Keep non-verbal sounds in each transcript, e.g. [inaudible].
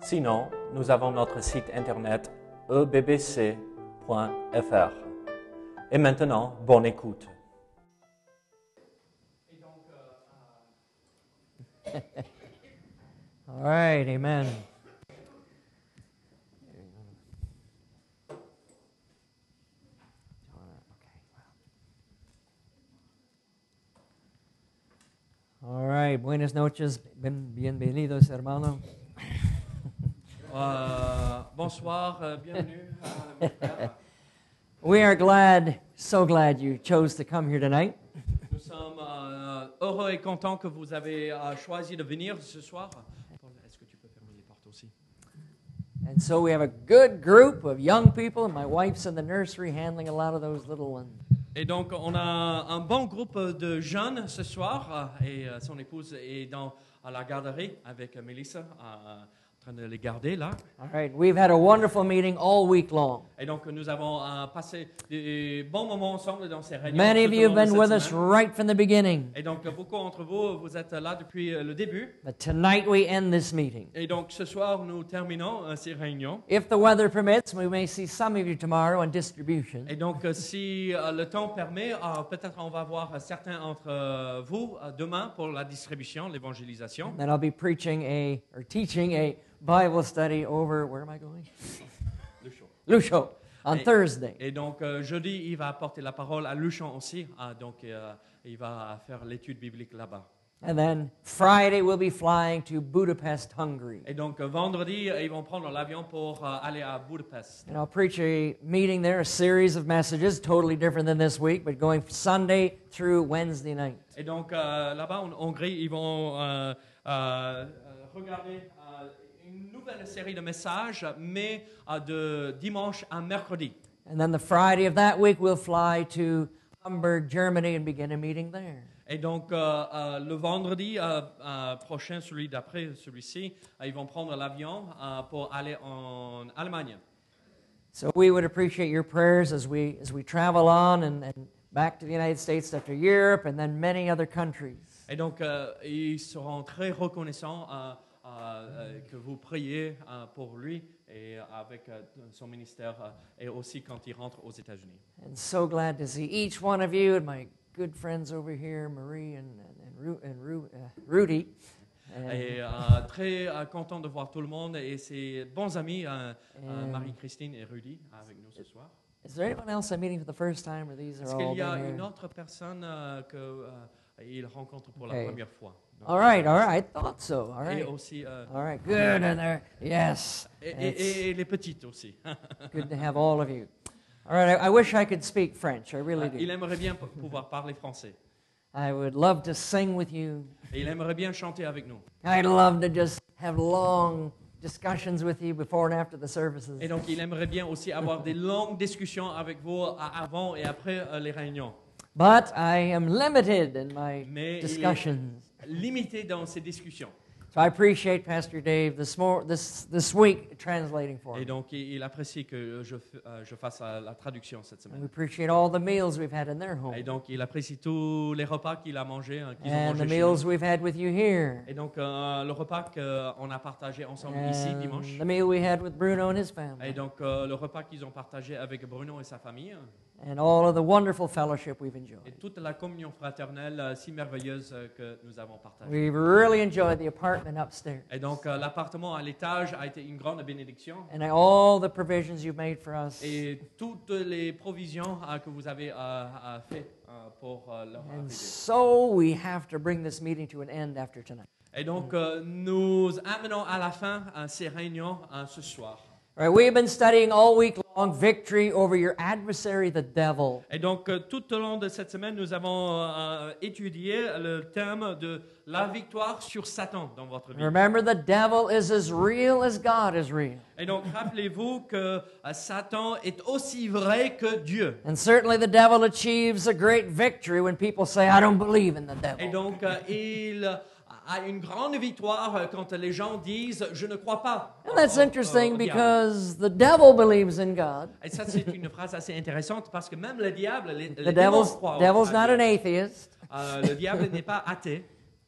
Sinon, nous avons notre site internet E ebbc.fr. Et maintenant, bonne écoute. All right, amen. All right, buenas noches, bien- bienvenidos, hermano. Euh, bonsoir, euh, bienvenue. euh, mes frères. We are glad, so glad you chose to come here tonight. Nous sommes euh, heureux et contents que vous avez euh, choisi de venir ce soir. Paul, Est-ce que tu peux fermer les portes aussi And so we have a good group of young people, and my wife's in the nursery handling a lot of those little ones. Et donc, on a un bon groupe de jeunes ce soir euh, et euh, son épouse est dans à la garderie avec euh, Mélissa euh, en train de les garder là. All right, we've had a wonderful meeting all week long. Et donc, nous avons euh, passé des bons moments ensemble dans ces réunions. Many of tout au you have long de been cette with us semaine. right from the beginning, Et donc, beaucoup d'entre vous, vous êtes là depuis euh, le début. but tonight we end this meeting. Et donc, ce soir, nous terminons euh, ces réunions. If the weather permits, we may see some of you tomorrow on distribution. Et donc, euh, si euh, le temps permet, euh, peut-être on va voir euh, certains entre euh, vous euh, demain pour la distribution, l'évangélisation. Then I'll be preaching a, or teaching a Bible study over, where am I going? Lucio, on Hey. Thursday. Et donc, euh, jeudi, il va apporter la parole à Luchon aussi. Ah, donc, euh, il va faire l'étude biblique là-bas. And then Friday, we'll be flying to Budapest, Hungary. Et donc, euh, vendredi, euh, ils vont prendre l'avion pour euh, aller à Budapest. And I'll preach a meeting there, a series of messages, totally different than this week, but going Sunday through Wednesday night. Et donc, euh, là-bas, en Hongrie, ils vont euh, euh, euh, regarder euh, une nouvelle série de messages, mais euh, de dimanche à mercredi. And then the Friday of that week, we'll fly to Hamburg, Germany, and begin a meeting there. Et donc, euh, euh, le vendredi euh, euh, prochain, celui d'après celui-ci, euh, ils vont prendre l'avion euh, pour aller en Allemagne. So we would appreciate your prayers as we, as we travel on and, and back to the United States after Europe and then many other countries. Et donc, euh, ils seront très reconnaissants euh, euh, euh, que vous priez euh, pour lui et avec euh, son ministère euh, et aussi quand il rentre aux États-Unis. And so glad to see each one of you and my good friends over here, Marie and, and, and, Ru, and Ru, uh, Rudy. And, Et euh, très euh, content de voir tout le monde et ses bons amis, euh, euh, and- Marie-Christine et Rudy, avec nous ce soir. is there anyone else I'm meeting for the first time, or these are Est-ce all qu'il y a been here? une autre personne euh, qu'il rencontre pour Ok. la première fois Donc, euh, All right, all right. I thought so. All Et right. aussi euh, All right, good. And there, yes. et, And et- it's et les petites aussi. [laughs] good to have all of you. All right, I, I wish I could speak French. I really Uh, Il do. aimerait bien p- pouvoir parler français. I would love to sing with you. Et il aimerait bien chanter avec nous. I'd love to just have long discussions with you before and after the services. Et donc il aimerait bien aussi avoir des longues discussions avec vous à- avant et après euh, les réunions. But I am limited in my Mais il est discussions. limité dans ses discussions. So I appreciate Pastor Dave this, mor- this, this week translating for Et me. donc il il apprécie que je, f- euh, je fasse euh, la traduction cette And we semaine. appreciate all the meals we've had in their Et home donc il apprécie tous les repas qu'il a mangés, hein, qu'ils ont and the mangés chez nous. meals we've had with you here. Et donc, euh, le repas qu'on a partagé ensemble ici And dimanche, The meal we had with Bruno and his et family. donc euh, le repas qu'ils ont partagé avec Bruno et sa famille, And all of the wonderful fellowship we've et enjoyed. toute la communion fraternelle euh, si merveilleuse euh, que nous avons partagée. We've really enjoyed the apartment upstairs. Et donc, euh, l'appartement à l'étage a été une grande bénédiction, And all the provisions you've made for us. et toutes les provisions euh, que vous avez euh, euh, fait euh, pour euh, leur And arrivée. so we have to bring this meeting to an end after tonight. Et donc, euh, nous amenons à la fin euh, ces réunions euh, ce soir. All right, we've been studying all week long victory over your adversary, the devil. Et donc, euh, tout au long de cette semaine, nous avons euh, étudié le thème de la victoire sur Satan dans votre vie. Remember, the devil is as real as God is real. Et donc, rappelez-vous que euh, Satan est aussi vrai que Dieu. And certainly, the devil achieves a great victory when people say, I don't believe in the Et devil. donc, euh, il a une grande victoire euh, quand les gens disent « je ne crois pas Euh, And that's au- au- au interesting diable. because the devil believes in God. Et ça, c'est une phrase assez intéressante parce que même le diable, les, The les démons devil's, croient au- devil's à not Dieu. an atheist, Euh, le diable n'est pas athée.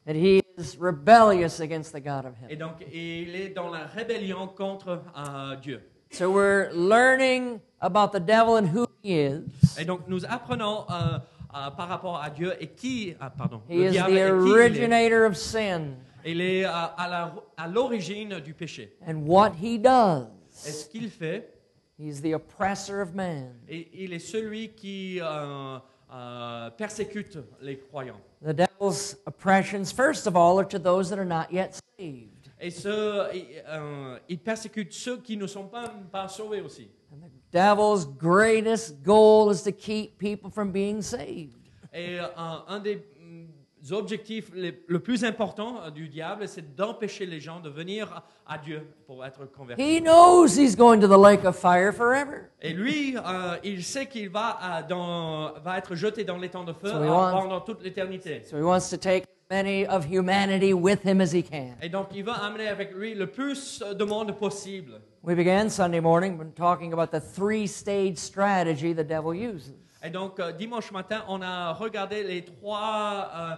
and he is rebellious against the God of Et heaven. donc, il est dans la rébellion contre euh, Dieu. So, we're learning about the devil and who he is. Et donc, nous apprenons euh, euh, par rapport à Dieu et qui, ah, pardon, He le is diable the et qui il est. originator of sin Il est euh, à la- à l'origine du péché. and what he Et does. ce qu'il fait, He's the oppressor of man. et il est celui qui euh, euh, persécute les croyants. The devil's oppressions, first of all, are to those that are not yet saved. Et ce, il, euh, il persécute ceux qui ne sont pas, pas sauvés aussi. And the devil's greatest goal is to keep people from being saved. Et euh, un des mm, objectifs les- le plus important euh, du diable, c'est d'empêcher les gens de venir à- à Dieu pour être convertis. He knows he's going to the lake of fire forever. Et lui, euh, il sait qu'il va, euh, dans- va être jeté dans les temps de feu So he euh, wants- pendant toute l'éternité. So he wants to take as many of humanity with him as he can. Et donc, il va amener avec lui le plus de monde possible. We began Sunday morning when talking about the three stage strategy the devil uses. Et donc, euh, dimanche matin, on a regardé les trois euh,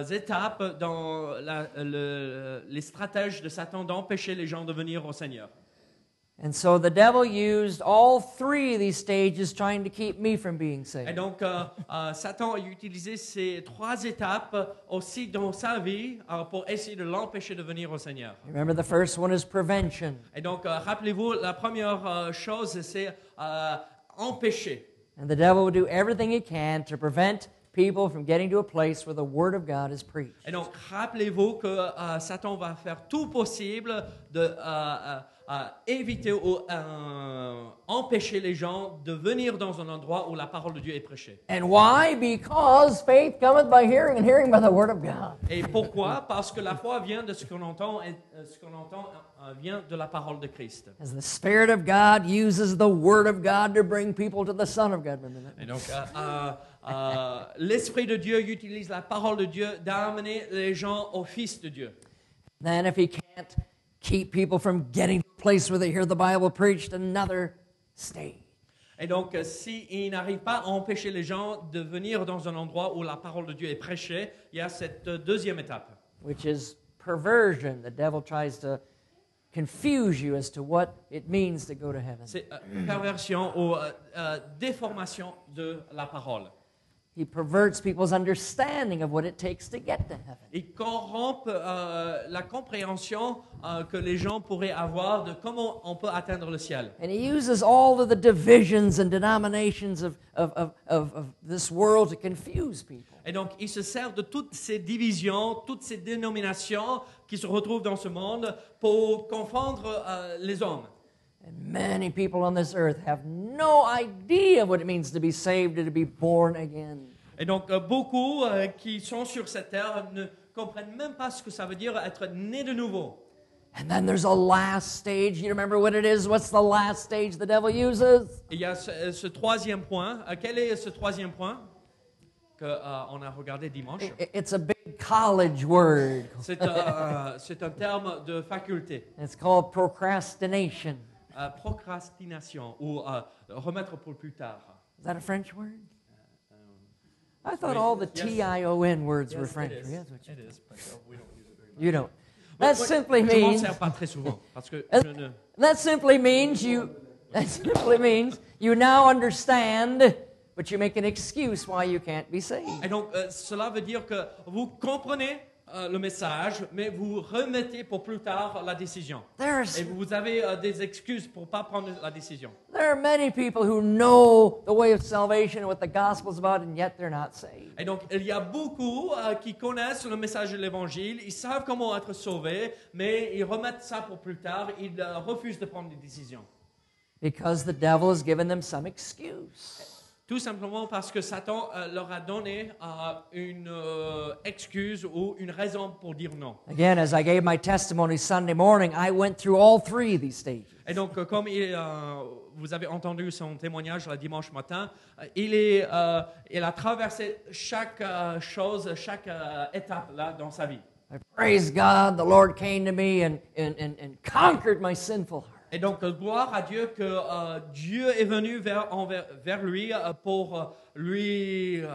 euh, étapes dans la- le- les stratèges de Satan d'empêcher les gens de venir au Seigneur. And so the devil used all three of these stages trying to keep me from being Et saved. donc, euh, euh, Satan a utilisé ces trois étapes aussi dans sa vie euh, pour essayer de l'empêcher de venir au Seigneur. Remember, the first one is prevention, Et donc, euh, rappelez-vous, la première euh, chose, c'est euh, empêcher. and the devil will do everything he can to prevent people from getting to a place where the Word of God is preached. Et donc, rappelez-vous que euh, Satan va faire tout possible de euh, euh, euh, éviter ou euh, empêcher les gens de venir dans un endroit où la parole de Dieu est prêchée. And why? Because faith cometh by hearing, and hearing by the Word of God. Et pourquoi Parce que la foi vient de ce qu'on entend et euh, ce qu'on entend euh, vient de la parole de Christ. As the Spirit of God uses the Word of God to bring people to the Son of God. Remember that? Et donc, euh, euh, euh, l'Esprit de Dieu utilise la parole de Dieu d'amener les gens au Fils de Dieu. Then, if he can't keep people from getting to a place where they hear the Bible preached, another stage. Et donc, euh, s'il n'arrive pas à empêcher les gens de venir dans un endroit où la parole de Dieu est prêchée, il y a cette euh, deuxième étape. which is perversion. The devil tries to confuse you as to what it means to go to heaven. C'est euh, perversion ou euh, euh, déformation de la parole. He perverts people's understanding of what it takes to get to heaven. Il corrompt euh, la compréhension euh, que les gens pourraient avoir de comment on peut atteindre le ciel. And he uses all of the divisions and denominations of, of, of, of, of this world to confuse people. Et donc, ils se servent de toutes ces divisions, toutes ces dénominations qui se retrouvent dans ce monde pour confondre euh, les hommes. And many people on this earth have no idea what it means to be saved or to be born again. Et donc, euh, beaucoup euh, qui sont sur cette terre ne comprennent même pas ce que ça veut dire être né de nouveau. And then there's a last stage. You remember what it is? What's the last stage the devil uses? Et il y a ce, ce troisième point. Euh, quel est ce troisième point qu'on a regardé dimanche I- It's a big college word. C'est euh, c'est un terme de faculté. It's called procrastination. Euh, procrastination ou euh, remettre pour plus tard. Is that a French word? I thought all the Yes. T I O N words were Yes, it French. is. Yes, what you- It is, but, uh, we don't use it very much. you don't. That Moi, simply Je m'en means sers pas très souvent parce que Euh, je ne- that simply means you [laughs] that simply means you now understand, but you make an excuse why you can't be saved. Et donc, euh, cela veut dire que vous comprenez, euh, le message, mais vous remettez pour plus tard la décision. There's, Et vous avez euh, des excuses pour pas prendre la décision. there are many people who know the way of salvation and what the gospel's about, and yet they're not saved. Et donc, il y a beaucoup euh, qui connaissent le message de l'Évangile, ils savent comment être sauvés, mais ils remettent ça pour plus tard, ils euh, refusent de prendre des décisions. Because the devil has given them some excuse. Tout simplement parce que Satan euh, leur a donné euh, une euh, excuse ou une raison pour dire non. Again, as I gave my testimony Sunday morning, I went through all three of these stages. Et donc, euh, comme il, euh, vous avez entendu son témoignage le dimanche matin, euh, il, est, euh, il a traversé chaque euh, chose, chaque euh, étape là dans sa vie. I praise God, the Lord came to me and, and, and, and conquered my sinful heart. Et donc, euh, gloire à Dieu que euh, Dieu est venu vers, envers- vers lui euh, pour euh, lui euh,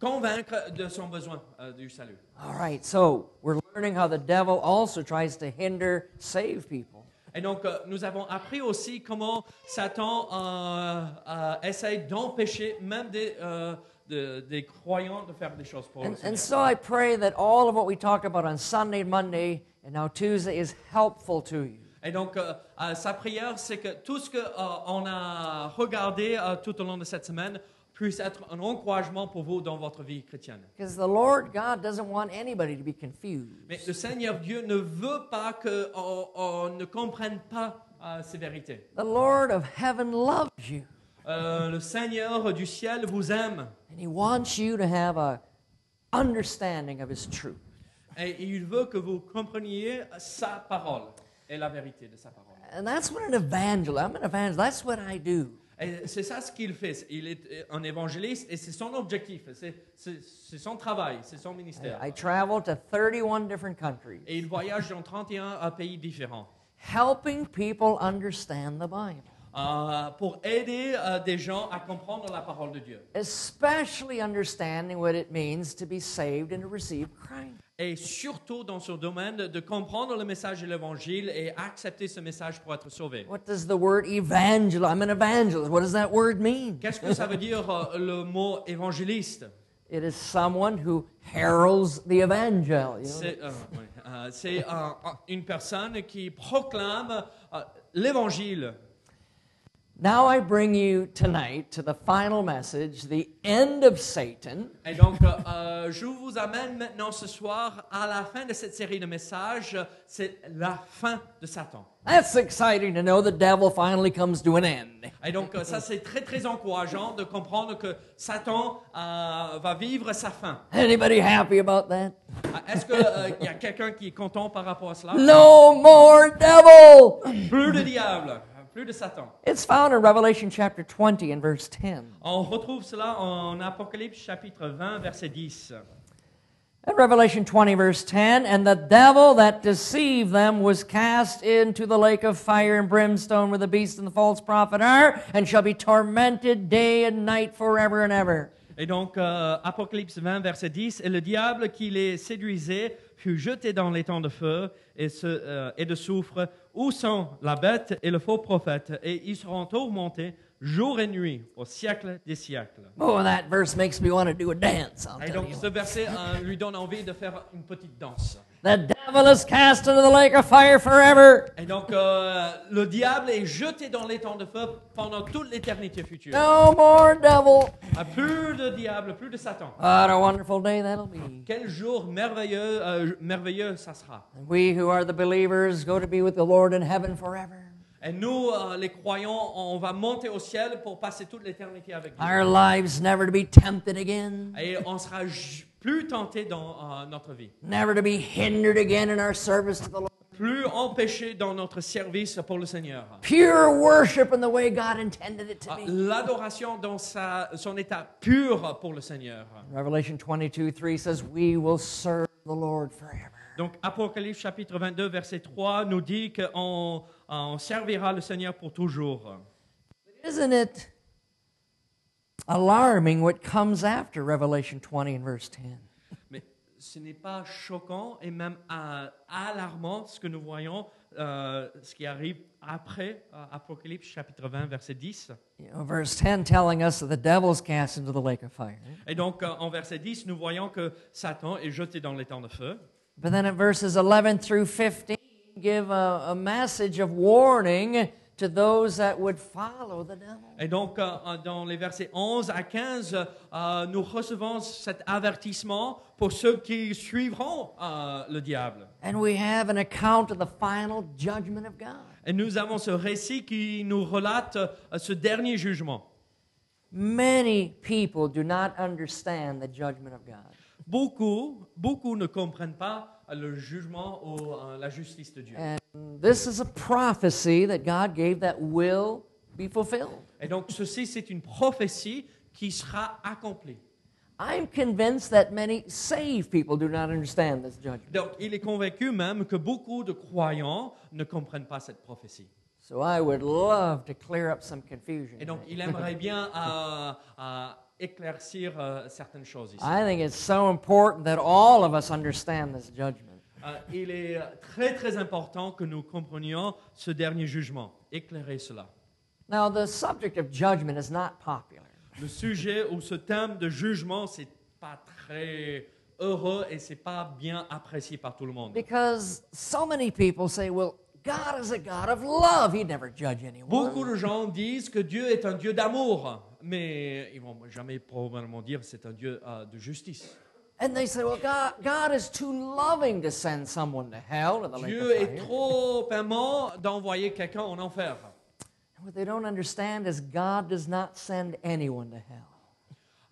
convaincre de son besoin euh, du salut. All right, so we're learning how the devil also tries to hinder saved people. Et donc, euh, nous avons appris aussi comment Satan euh, euh, essaye d'empêcher même des, euh, de- des croyants de faire des choses pour le And, and Seigneur. so I pray that all of what we talk about on Sunday, Monday, and now Tuesday is helpful to you. Et donc, euh, euh, sa prière, c'est que tout ce qu'on a regardé euh, tout au long de cette semaine puisse être un encouragement pour vous dans votre vie chrétienne. Because the Lord God doesn't want anybody to be confused. Mais le Seigneur Dieu ne veut pas qu'on on ne comprenne pas euh, ces vérités. The Lord of heaven loves you, Euh, le Seigneur du ciel vous aime and He wants you to have a understanding of His truth. et il veut que vous compreniez sa parole et la vérité de sa parole. And that's what an evangelist, I'm an evangelist, that's what I do. Et c'est ça ce qu'il fait. Il est un évangéliste et c'est son objectif, c'est- c'est c'est son travail, c'est son ministère. I travel to 31 different countries, Et il voyage dans 31 pays différents helping people understand the Bible, euh, pour aider euh, des gens à comprendre la parole de Dieu. especially understanding what it means to be saved and to receive Christ. Et surtout dans ce domaine de comprendre le message de l'Évangile et accepter ce message pour être sauvé. What does the word evangel, I'm an evangelist, what does that word mean? Qu'est-ce que ça veut dire euh, le mot évangéliste It is someone who heralds the evangel. you know? C'est euh, ouais, euh, c'est, euh, une personne qui proclame euh, l'Évangile. Now I bring you tonight to the final message, the end of Satan, Et donc, euh, euh, je vous amène maintenant ce soir à la fin de cette série de messages. C'est la fin de Satan. That's exciting to know the devil finally comes to an end. Et donc, euh, ça, c'est très, très encourageant de comprendre que Satan euh, va vivre sa fin. Anybody happy about that? Euh, Est-ce qu'il y a quelqu'un qui est content par rapport à cela? No more devil! Plus de diable, plus de Satan. It's found in Revelation chapter 20 and verse 10. On retrouve cela en Apocalypse chapitre 20, verset 10. At Revelation 20 verse 10, and the devil that deceived them was cast into the lake of fire and brimstone where the beast and the false prophet are, and shall be tormented day and night forever and ever. Et donc, euh, Apocalypse 20, verset 10, et le diable qui les séduisait fut jeté dans les temps de feu et, se- euh, et de soufre, où sont la bête et le faux prophète, et ils seront tourmentés jour et nuit au siècle des siècles. Oh, that verse makes me want to do a dance. I'll Et tell donc, you. ce verset euh, lui donne envie de faire une petite danse. The devil is cast into the lake of fire forever. Et donc, euh, le diable est jeté dans les temps de feu pendant toute l'éternité future. No more devil. Ah, Plus de diable, plus de Satan. What a wonderful day that'll be. Quel jour merveilleux, euh, merveilleux ça sera. And we who are the believers go to be with the Lord in heaven forever. Et nous, euh, les croyants, on va monter au ciel pour passer toute l'éternité avec Dieu. Our lives never to be tempted again, Et on sera ju- plus tenté dans euh, notre vie, never to be hindered again in our service to the Lord. plus empêché dans notre service pour le Seigneur. Pure worship in the way God intended it to Ah, be. L'adoration dans sa, son état pur pour le Seigneur. Revelation 22 3 says, We will serve the Lord forever. Donc Apocalypse chapitre 22 verset 3 nous dit qu'on on servira le Seigneur pour toujours. Isn't it alarming what comes after Revelation 20 and verse 10? Mais ce n'est pas choquant et même euh, alarmant ce que nous voyons, euh, ce qui arrive après euh, Apocalypse chapitre 20 verset 10. You know, verse 10 telling us that the devil's cast into the lake of fire. Et donc, euh, en verset 10, nous voyons que Satan est jeté dans les temps de feu. But then at verses 11 through 15, give a, a message of warning to those that would follow the devil. Et donc, euh, euh, dans les versets 11 à 15, euh, nous recevons cet avertissement pour ceux qui suivront euh, le diable. And we have an account of the final judgment of God. Et nous avons ce récit qui nous relate euh, ce dernier jugement. Many people do not understand the judgment of God. Beaucoup, beaucoup ne comprennent pas euh, le jugement ou euh, la justice de Dieu. And this is a prophecy that God gave that will be fulfilled. Et donc, ceci, c'est une prophétie qui sera accomplie. I'm convinced that many saved people do not understand this judgment. Donc, il est convaincu même que beaucoup de croyants ne comprennent pas cette prophétie. So I would love to clear up some confusion. Et donc, here. il aimerait bien euh, euh, éclaircir euh, certaines choses ici. I think it's so important that all of us understand this judgment. Euh, il est très, très important que nous comprenions ce dernier jugement. Éclairer cela. Now, the subject of judgment is not popular. Le sujet ou ce thème de jugement, c'est pas très heureux et c'est pas bien apprécié par tout le monde. Because so many people say, well, God is a God of love. He'd never judge anyone. Beaucoup de gens disent que Dieu est un Dieu d'amour, mais ils vont jamais probablement dire que c'est un Dieu euh, de justice. And they say, well, God, God is too loving to send someone to hell. To the lake of Dieu est fire. trop aimant d'envoyer quelqu'un en enfer. And What they don't understand is God does not send anyone to hell.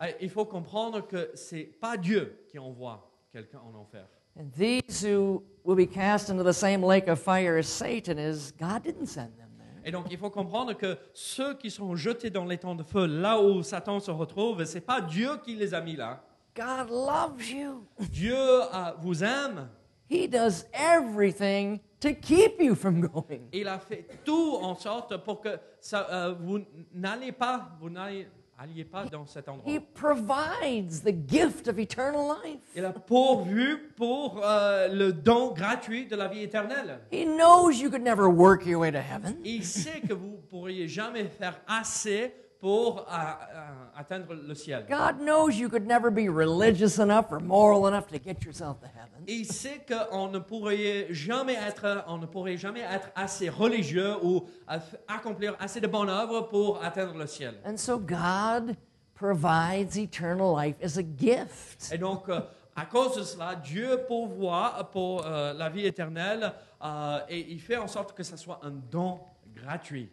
Euh, Il faut comprendre que c'est pas Dieu qui envoie quelqu'un en enfer. And these who will be cast into the same lake of fire as Satan is, God didn't send them there. Et donc il faut comprendre que ceux qui sont jetés dans les temps de feu, là où Satan se retrouve, c'est pas Dieu qui les a mis là. God loves you. Dieu euh, vous aime. He does everything to keep you from going. Il a fait tout en sorte pour que ça, euh, vous n'allez pas, vous n'allez alliez pas dans cet endroit. He provides the gift of eternal life. Il a pourvu pour euh, le don gratuit de la vie éternelle. He knows you could never work your way to heaven. Il sait que vous pourriez jamais faire assez pour euh, euh, atteindre le ciel. God knows you could never be religious enough or moral enough to get yourself to heaven. Il sait qu'on ne pourrait jamais être, on ne pourrait jamais être assez religieux ou euh, accomplir assez de bonnes œuvres pour atteindre le ciel. And so God provides eternal life as a gift. Et donc, euh, à cause de cela, Dieu pourvoit pour euh, la vie éternelle euh, et il fait en sorte que ce soit un don gratuit.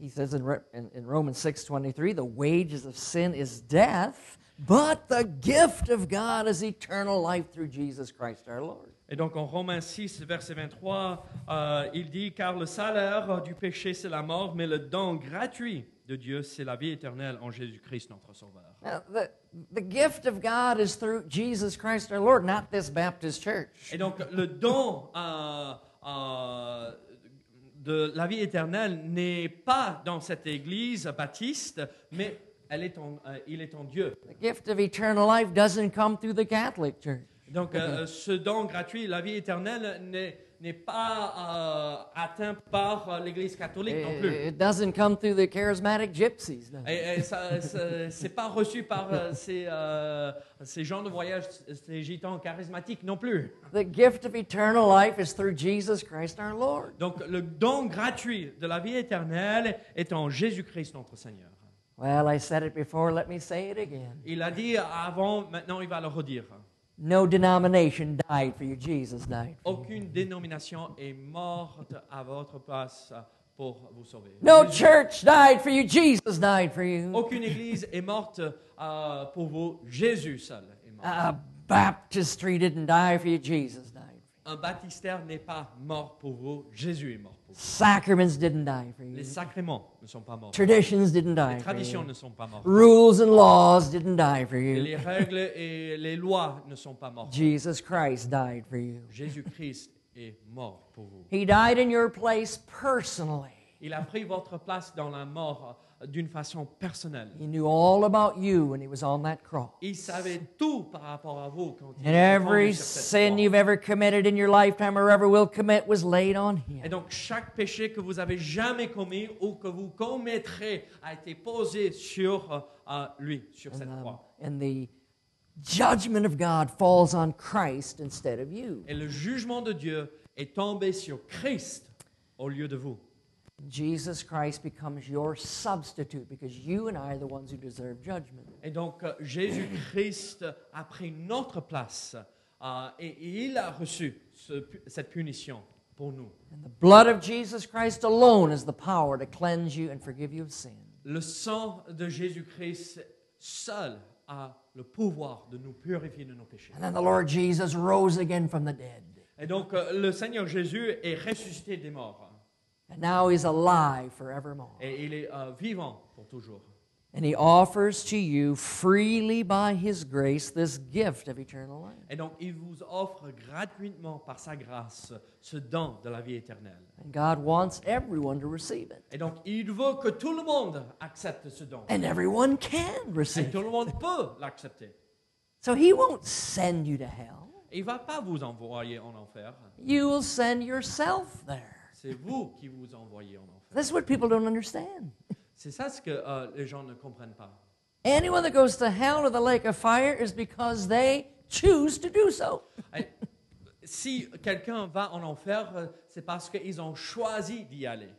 He says in, Re- in, in Romans 6:23, "The wages of sin is death, but the gift of God is eternal life through Jesus Christ our Lord." Et donc, en Romains 6, verset 23, euh, il dit Car le salaire du péché, c'est la mort, mais le don gratuit de Dieu, c'est la vie éternelle en Jésus-Christ, notre Sauveur. Now, the, the gift of God is through Jesus Christ our Lord, not this Baptist church. Et donc, le don euh, euh, de la vie éternelle n'est pas dans cette église baptiste, mais elle est en- euh, il est en Dieu. The gift of eternal life doesn't come through the Catholic church. Donc, euh, ce don gratuit, la vie éternelle, n'est, n'est pas euh, atteint par euh, l'Église catholique It, non plus. it doesn't come through the charismatic gypsies. does it? Et, et ça, ça- c'est pas reçu par euh, ces, euh, ces gens de voyage, ces gitans charismatiques non plus. The gift of eternal life is through Jesus Christ our Lord. Donc, le don gratuit de la vie éternelle est en Jésus-Christ notre Seigneur. Well, I said it before, let me say it again. Il a dit avant, maintenant il va le redire. No denomination died for you, Jesus died. For you. Aucune dénomination est morte à votre place pour vous sauver. No church died for you, Jesus died for you. Aucune église est morte euh, pour vous. Jésus seul est mort. A baptistry didn't die for you, Jesus died. for Un baptistère n'est pas mort pour vous. Jésus est you. mort pour vous. Sacraments didn't die for Les you. sacrements ne sont pas morts. Mm-hmm. Traditions didn't die Les for traditions you. ne sont pas mortes. Rules and laws didn't die for Et you. les règles et les lois ne sont pas mortes. Jesus Christ died for you. Jésus-Christ est mort pour vous. He died in your place personally. Il a pris votre place dans la mort euh, d'une façon personnelle. He knew all about you when he was on that cross. Il savait tout par rapport à vous quand il And est every descendu sur cette sin croix. you've ever committed in your lifetime or ever will commit was laid on Et him. donc chaque péché que vous avez jamais commis ou que vous commettrez a été posé sur euh, euh, lui, sur cette Um, croix. and the judgment of God falls on Christ instead of you. Et le jugement de Dieu est tombé sur Christ au lieu de vous. Jesus Christ becomes your substitute because you and I are the ones who deserve judgment. Et donc euh, Jésus-Christ a pris notre place euh, et il a reçu ce pu- cette punition pour nous. And the blood of Jesus Christ alone is the power to cleanse you and forgive you of sin. Le sang de Jésus-Christ seul a le pouvoir de nous purifier de nos péchés. And then the Lord Jesus rose again from the dead. Et donc euh, le Seigneur Jésus est ressuscité des morts And now he's alive forevermore. et il est euh, vivant pour toujours. And he offers to you freely by his grace this gift of eternal life. Et donc il vous offre gratuitement par sa grâce ce don de la vie éternelle. And God wants everyone to receive it. Et donc il veut que tout le monde accepte ce don. And everyone can Et receive tout it. le monde peut l'accepter. So he won't send you to hell. Il ne va pas vous envoyer en enfer. You will send yourself there. C'est vous qui vous envoyez en enfer. That's what people don't understand. C'est ça ce que euh, les gens ne comprennent pas. Anyone that goes to hell or the lake of fire is because they choose to do so. Et si quelqu'un va en enfer, euh, c'est parce qu'ils ont choisi d'y aller.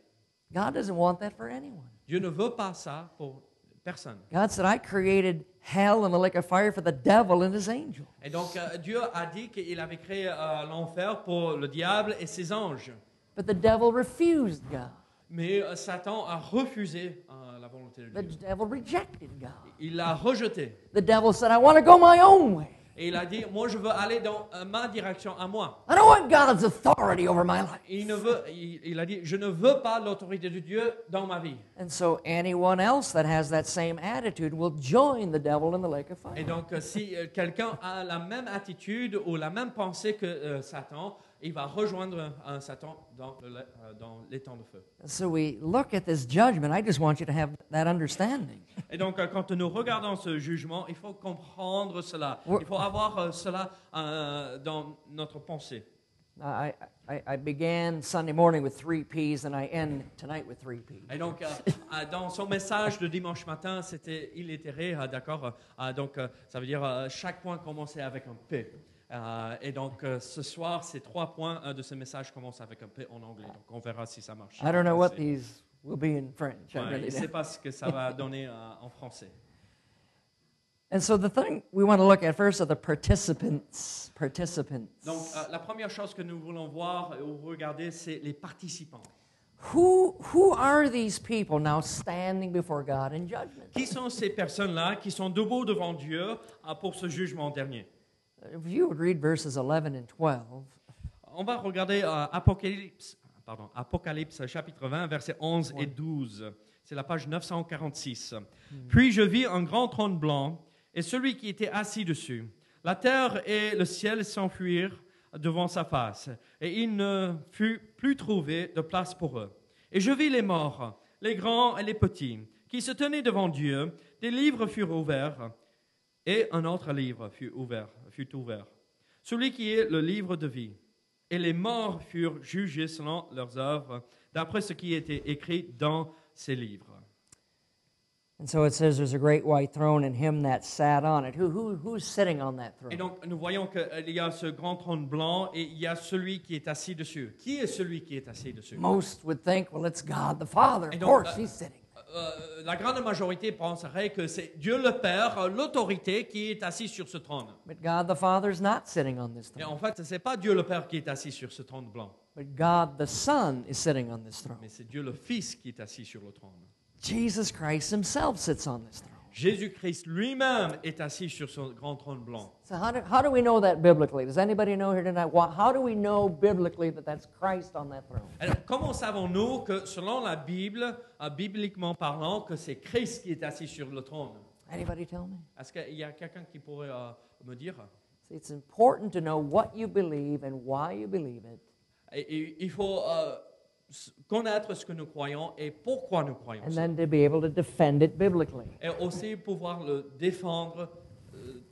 God doesn't want that for anyone. Dieu ne veut pas ça pour personne. God said, I created hell and the lake of fire for the devil and his angel. Et donc euh, Dieu a dit qu'il avait créé euh, l'enfer pour le diable et ses anges. But the devil refused God. Mais euh, Satan a refusé euh, la volonté de The Dieu. devil rejected God. Il l'a rejeté. The devil said, I want to go my own way. Et il a dit, moi je veux aller dans euh, ma direction à moi. I don't want God's authority over my life. Il, ne veut, il, il a dit, je ne veux pas l'autorité de Dieu dans ma vie. And so anyone else that has that same attitude will join the devil in the lake of Et fire. donc, euh, si euh, quelqu'un a la même attitude ou la même pensée que euh, Satan, il va rejoindre un, un Satan dans, le- euh, dans les temps de feu. And so we look at this judgment. I just want you to have that understanding. Et donc, euh, quand nous regardons ce jugement, il faut comprendre cela. Ouais. Il faut avoir euh, cela euh, dans notre pensée. I, I, I began Sunday morning with three P's and I end tonight with three P's. Et donc, euh, [laughs] euh, dans son message de dimanche matin, c'était illitéré, euh, d'accord euh, euh, Donc, euh, ça veut dire euh, chaque point commençait avec un P. Euh, et donc, euh, ce soir, ces trois points euh, de ce message commencent avec un P en anglais. Donc, on verra si ça marche. I don't know what Ouais, these will be in French. I je ne really sais don't. pas ce que ça va donner euh, en français. And so the thing we want to look at first are the participants. Participants. Donc, euh, la première chose que nous voulons voir ou regarder, c'est les participants. Who, who are these people now standing before God in judgment? Qui sont ces personnes-là qui sont debout devant Dieu euh, pour ce jugement dernier If you would read verses 11 and 12, On va regarder euh, Apocalypse, pardon, Apocalypse chapitre 20, versets 11 et 12. C'est la page 946. Puis je vis un grand trône blanc et celui qui était assis dessus. La terre et le ciel s'enfuirent devant sa face et il ne fut plus trouvé de place pour eux. Et je vis les morts, les grands et les petits, qui se tenaient devant Dieu. Des livres furent ouverts et un autre livre fut ouvert, fut ouvert, celui qui est le livre de vie. Et les morts furent jugés selon leurs œuvres, d'après ce qui était écrit dans ces livres. and so it says, There's a great white throne and him that sat on it. Who, who, who's sitting on that throne? Et donc, nous voyons qu'il y a ce grand trône blanc et il y a celui qui est assis dessus. Qui est celui qui est assis dessus Most would think, Well, it's God the Father. Of don't- course, uh, he's sitting. Euh, La grande majorité penserait que c'est Dieu le Père, euh, l'autorité, qui est assis sur ce trône. But God the Father's not sitting on this Et throne. en fait, ce n'est pas Dieu le Père qui est assis sur ce trône blanc, But God the Son is sitting on this throne. mais c'est Dieu le Fils qui est assis sur le trône. Jesus Christ himself sits on this throne. Jésus-Christ lui-même est assis sur son grand trône blanc. So, how do, how do we know that biblically? Does anybody know here tonight? Why, how do we know biblically that that's Christ on that throne? Alors, comment savons-nous que, selon la Bible, euh, bibliquement parlant, que c'est Christ qui est assis sur le trône Anybody tell me? Est-ce qu'il y a quelqu'un qui pourrait euh, me dire See, it's important to know what you believe and why you believe it, Et- et Il faut euh, s- connaître ce que nous croyons et pourquoi nous croyons. and ça. then to be able to defend it biblically. Et aussi pouvoir le défendre euh,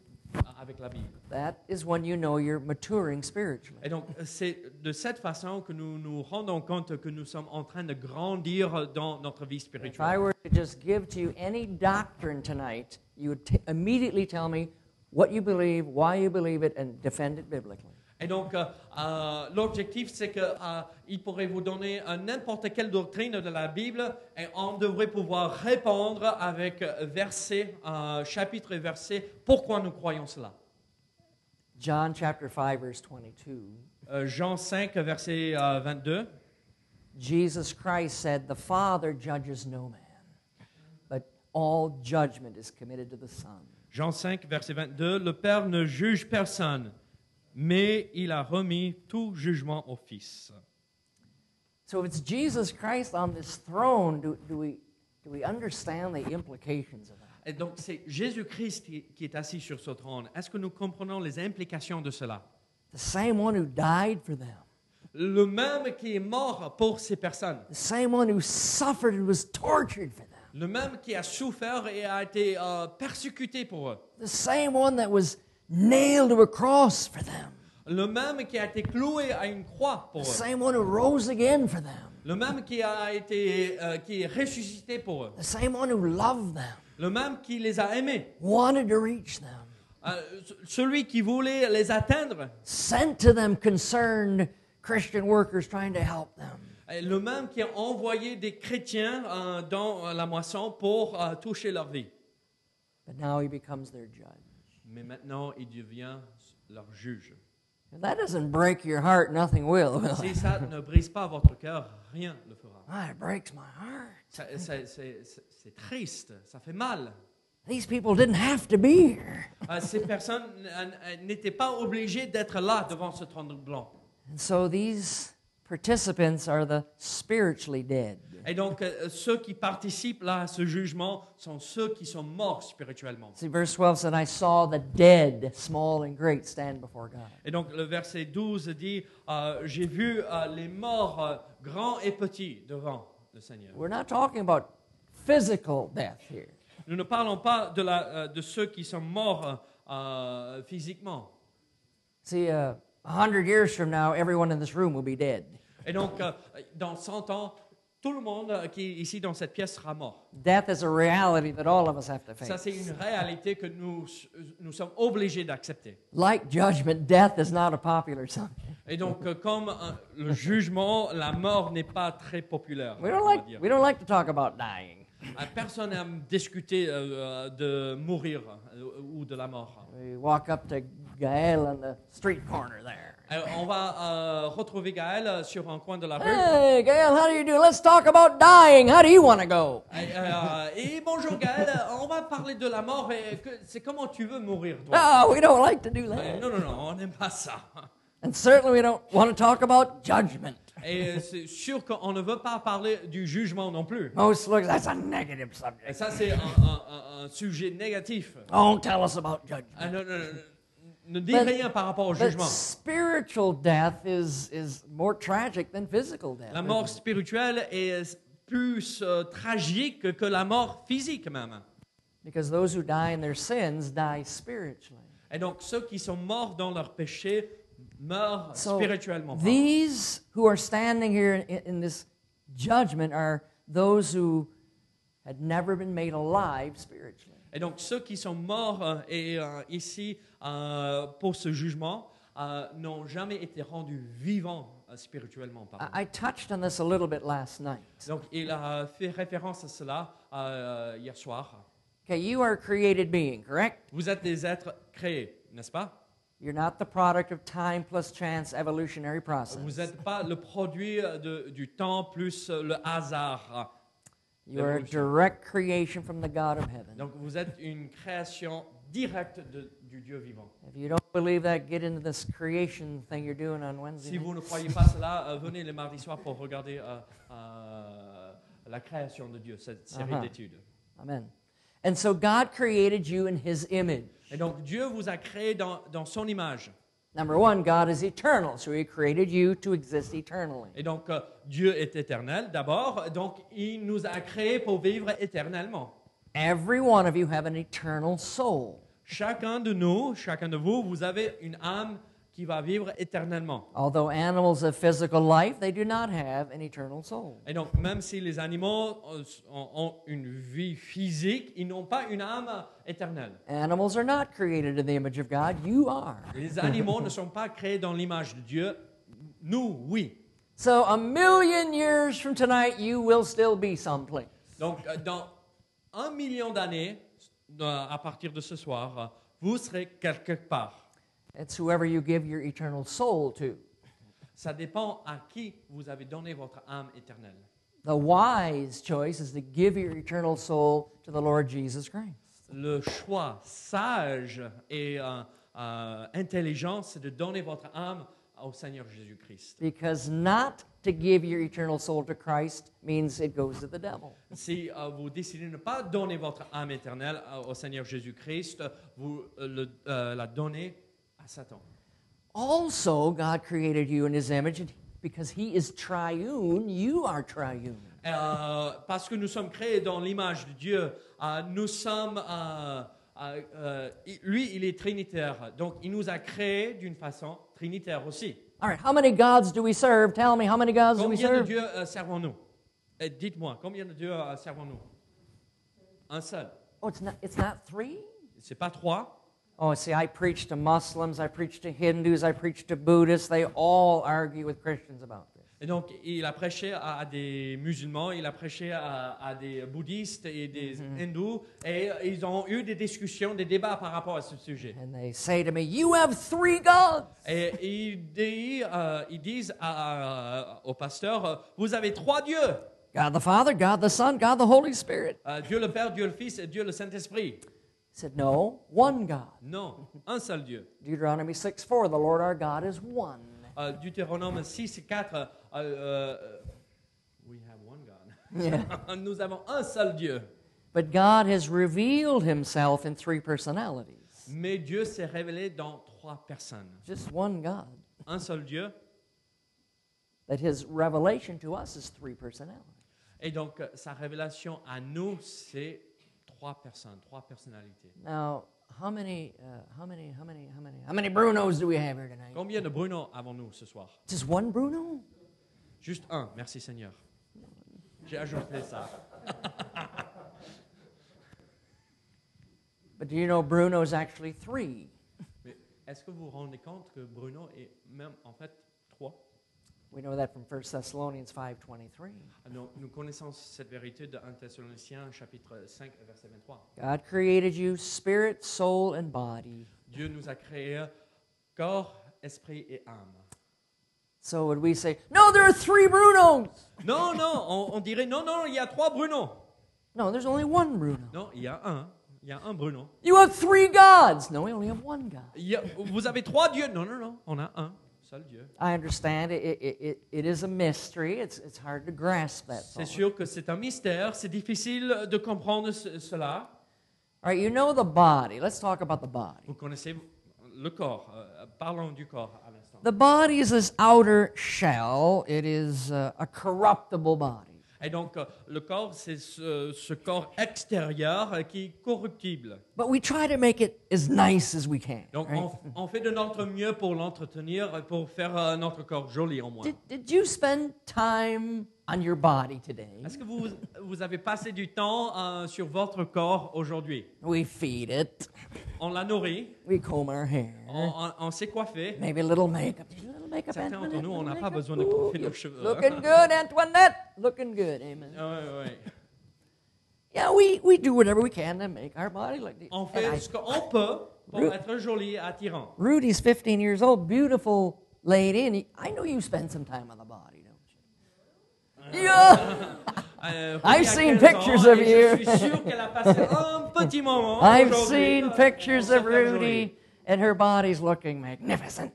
avec la Bible. That is when you know you're maturing spiritually. Et donc, c'est de cette façon que nous nous rendons compte que nous sommes en train de grandir dans notre vie If I spirituelle. were to just give to you any doctrine tonight, you would t- immediately tell me what you believe, why you believe it, and defend it biblically. Et donc, euh, euh, l'objectif, c'est qu'il pourrait vous donner euh, n'importe quelle doctrine de la Bible et on devrait pouvoir répondre avec euh, verset, euh, chapitre et verset, pourquoi nous croyons cela. John chapter 5, verse 22. Euh, Jean 5, verset euh, 22. Jesus Christ said, The Father judges no man, but all judgment is committed to the Son. Jean 5, verset 22. Le Père ne juge personne, mais il a remis tout jugement au Fils. So if it's Jesus Christ on this throne, do, do, we, do we understand the implications of that? Et donc, c'est Jésus-Christ qui, qui est assis sur ce trône. Est-ce que nous comprenons les implications de cela? The same one who died for them, Le même qui est mort pour ces personnes. the same one who suffered and was tortured for them, Le même qui a souffert et a été euh, persécuté pour eux. the same one that was nailed to a cross for them, Le même qui a été cloué à une croix pour the eux. same one who rose again for them, Le même qui a été euh, qui est ressuscité pour eux. the same one who loved them, Le même qui les a aimés. wanted to reach them, Euh, ce- celui qui voulait les atteindre. sent to them concerned Christian workers trying to help them. Et Le même qui a envoyé des chrétiens euh, dans euh, la moisson pour euh, toucher leur vie. But now he becomes their judge. Mais maintenant, il devient leur juge. If that doesn't break your heart, nothing will. will [laughs] it? Si ça ne brise pas votre cœur, rien ne le fera. Ah, it breaks my heart. Ça- ça- C'est c'est- c'est triste, ça fait mal. These people didn't have to be here. Euh, ces personnes euh, euh, n'étaient pas obligées d'être là devant ce trône blanc. And so these participants are the spiritually dead. Et donc, euh, ceux qui participent là à ce jugement sont ceux qui sont morts spirituellement. See, verse 12 said, I saw the dead, small and great, stand before God. Et donc, le verset 12 dit euh, J'ai vu euh, les morts, euh, grands et petits, devant le Seigneur. We're not talking about physical death here. Nous ne parlons pas de, la, euh, de ceux qui sont morts euh, euh, physiquement. See, uh, a hundred years from now, everyone in this room will be dead. Et donc, euh, dans 100 ans, tout le monde euh, qui est ici dans cette pièce sera mort. Death is a reality that all of us have to Ça, c'est face. une réalité que nous, nous sommes obligés d'accepter. Like judgment, death is not a popular subject. Et donc, euh, comme euh, le jugement, la mort n'est pas très populaire. We don't on va like dire. we don't like to talk about dying. Euh, Personne n'aime discuter euh, euh, de mourir euh, ou de la mort. We walk up to Gael on the street corner there. Euh, on va euh, retrouver Gaël euh, sur un coin de la rue. Hey, Gail, how do you do? Let's talk about dying. How do you want to go? Et, euh, et bonjour Gaël, euh, on va parler de la mort et que- c'est comment tu veux mourir toi. No, we don't like to do Euh, that. non, non, non, on n'aime pas ça. And certainly we don't want to talk about judgment. Et euh, c'est sûr qu'on ne veut pas parler du jugement non plus. Most look, that's a negative Et subject. ça, c'est un, un- un- un sujet négatif. Don't tell us about judgment. Ah, non, non, non, ne dis Mais- rien par rapport au But jugement. spiritual death is, is more tragic than physical death. La isn't mort it? spirituelle est plus euh, tragique que la mort physique même. Because those who die in their sins die spiritually. Et donc ceux qui sont morts dans leur péché meurent So spirituellement. these who are standing here in, in this judgment are those who had never been made alive spiritually. Et donc ceux qui sont morts euh, et, euh, ici euh, pour ce jugement euh, n'ont jamais été rendus vivants euh, spirituellement. pardon. I, I touched on this a little bit last night. Donc il a fait référence à cela euh, hier soir. Okay, you are a created being, correct? Vous êtes des êtres créés, n'est-ce pas You're not the product of time plus chance evolutionary process. Vous n'êtes pas le produit de- du temps plus euh, le hasard. You are a evolution. direct creation from the God of heaven. Donc vous êtes une création directe de- du Dieu vivant. If you don't believe that, get into this creation thing you're doing on Wednesday. Si night. vous ne croyez pas cela, euh, venez le mardi soir pour regarder euh, euh, la création de Dieu, cette série Aha. d'études. Amen. And so God created you in his image. Et donc Dieu vous a créé dans, dans son image. Number one, God is eternal, so he created you to exist eternally. Et donc euh, Dieu est éternel d'abord, donc il nous a créés pour vivre éternellement. Every one of you have an eternal soul. Chacun de nous, chacun de vous, vous avez une âme qui va vivre éternellement. Although animals have physical life, they do not have an eternal soul. Et donc, même si les animaux ont, ont une vie physique, ils n'ont pas une âme éternelle. Animals are not created in the image of God. You are. Les animaux ne sont pas créés dans l'image de Dieu. Nous, oui. So a million years from tonight, you will still be someplace. Donc, euh, dans un million d'années, euh, à partir de ce soir, euh, vous serez quelque part. It's whoever you give your eternal soul to. Ça dépend à qui vous avez donné votre âme éternelle. The wise choice is to give your eternal soul to the Lord Jesus Christ. Le choix sage et euh, euh, intelligent, c'est de donner votre âme au Seigneur Jésus-Christ. Because not to give your eternal soul to Christ means it goes to the devil. Si euh, vous décidez de ne pas donner votre âme éternelle euh, au Seigneur Jésus-Christ, vous euh, le- euh, la donnez à Satan. Also, God created you in his image, and because he is triune, you are triune. Euh, parce que nous sommes créés dans l'image de Dieu, euh, nous sommes. euh, euh, euh, il- lui, il est trinitaire. Donc, il nous a créés d'une façon trinitaire aussi. All right, how many gods do we serve? Tell me, how many gods do we Combien de serve? dieux euh, servons-nous Eh, Dites-moi, combien de dieux euh, servons-nous Un seul. Oh, it's not, it's not three? C'est pas trois. Oh, see, I preach to Muslims, I preach to Hindus, I preach to Buddhists. They all argue with Christians about this. Et donc, il a prêché à, à des musulmans, il a prêché à, à des bouddhistes et des hindous, et euh, ils ont eu des discussions, des débats par rapport à ce sujet. And they say to me, You have three gods. Et ils, dit- euh, ils disent à- au pasteur, euh, vous avez trois dieux, God the Father, God the Son, God the Holy Spirit. Euh, Dieu le Père, Dieu le Fils et Dieu le Saint-Esprit. I said, No, one God. Non, un seul Dieu. Deuteronomy 6 4, the Lord our God is one. Euh, Deutéronome 6 et 4, euh, euh, We have one God. Yeah. [laughs] Nous avons un seul Dieu. But God has revealed himself in three personalities. Mais Dieu s'est révélé dans trois personnes. Just one God. Un seul Dieu. That his revelation to us is three personalities. Et donc, euh, sa révélation à nous, c'est trois personnes, trois personnalités. Now, how many, uh, how many, how many, how many, how many Brunos do we have here tonight? Combien de Bruno avons-nous ce soir Just one Bruno? Juste un, merci Seigneur. J'ai ajouté ça. But do you know Bruno's actually three? Mais est-ce que vous vous rendez compte que Bruno est même en fait trois We know that from 1 Thessalonians 5.23. nous, nous connaissons cette vérité de 1 Thessaloniciens chapitre 5 verset 23. God created you spirit, soul, and body. Dieu nous a créés corps, esprit et âme. So would we say, no, there are three Brunos. Non, non, on, on dirait non, non, il y a trois Bruno. No, there's only one Bruno. Non, il y a un, il y a un Bruno. You have three gods. No, we only have one God. Il y a- vous avez trois dieux. Non, non, non, on a un seul Dieu. I understand it, it, it, it is a mystery. It's, it's hard to grasp that. C'est thought. sûr que c'est un mystère, c'est difficile de comprendre ce- cela. All right, you know the body. Let's talk about the body. Vous connaissez le corps. euh, parlons du corps à l'instant. The body is this outer shell, it is uh, a corruptible body. Et donc, euh, le corps, c'est ce, ce corps extérieur euh, qui est corruptible. But we try to make it as nice as we can. Donc, right? on, on fait de notre mieux pour l'entretenir, euh, pour faire euh, notre corps joli au moins. Did, did you spend time on your body today? Est-ce que vous, vous avez passé du temps euh, sur votre corps aujourd'hui We feed it, On l'a nourri, we comb our hair, on, on- on s'est coiffé. maybe a little makeup. Did you do a little makeup, Certains Antoinette? d'entre nous, on n'a Little pas makeup? besoin de Ooh, coiffer you're nos cheveux. Looking good, Antoinette. Looking good, amen. Ouais, ouais. Yeah, we, we do whatever we can to make our body look neat. On And fait I- ce qu'on peut pour Ru- être joli et attirant. Rudy's 15 years old, beautiful lady, and he, I know you spend some time on the body, don't you? Uh, yeah, Euh, I've Rudy a seen 15 ans, pictures of et you. Je suis sûr qu'elle a passé un [laughs] petit moment. I've aujourd'hui, seen euh, pictures pour of se faire jolie. Rudy, and her body's looking magnificent.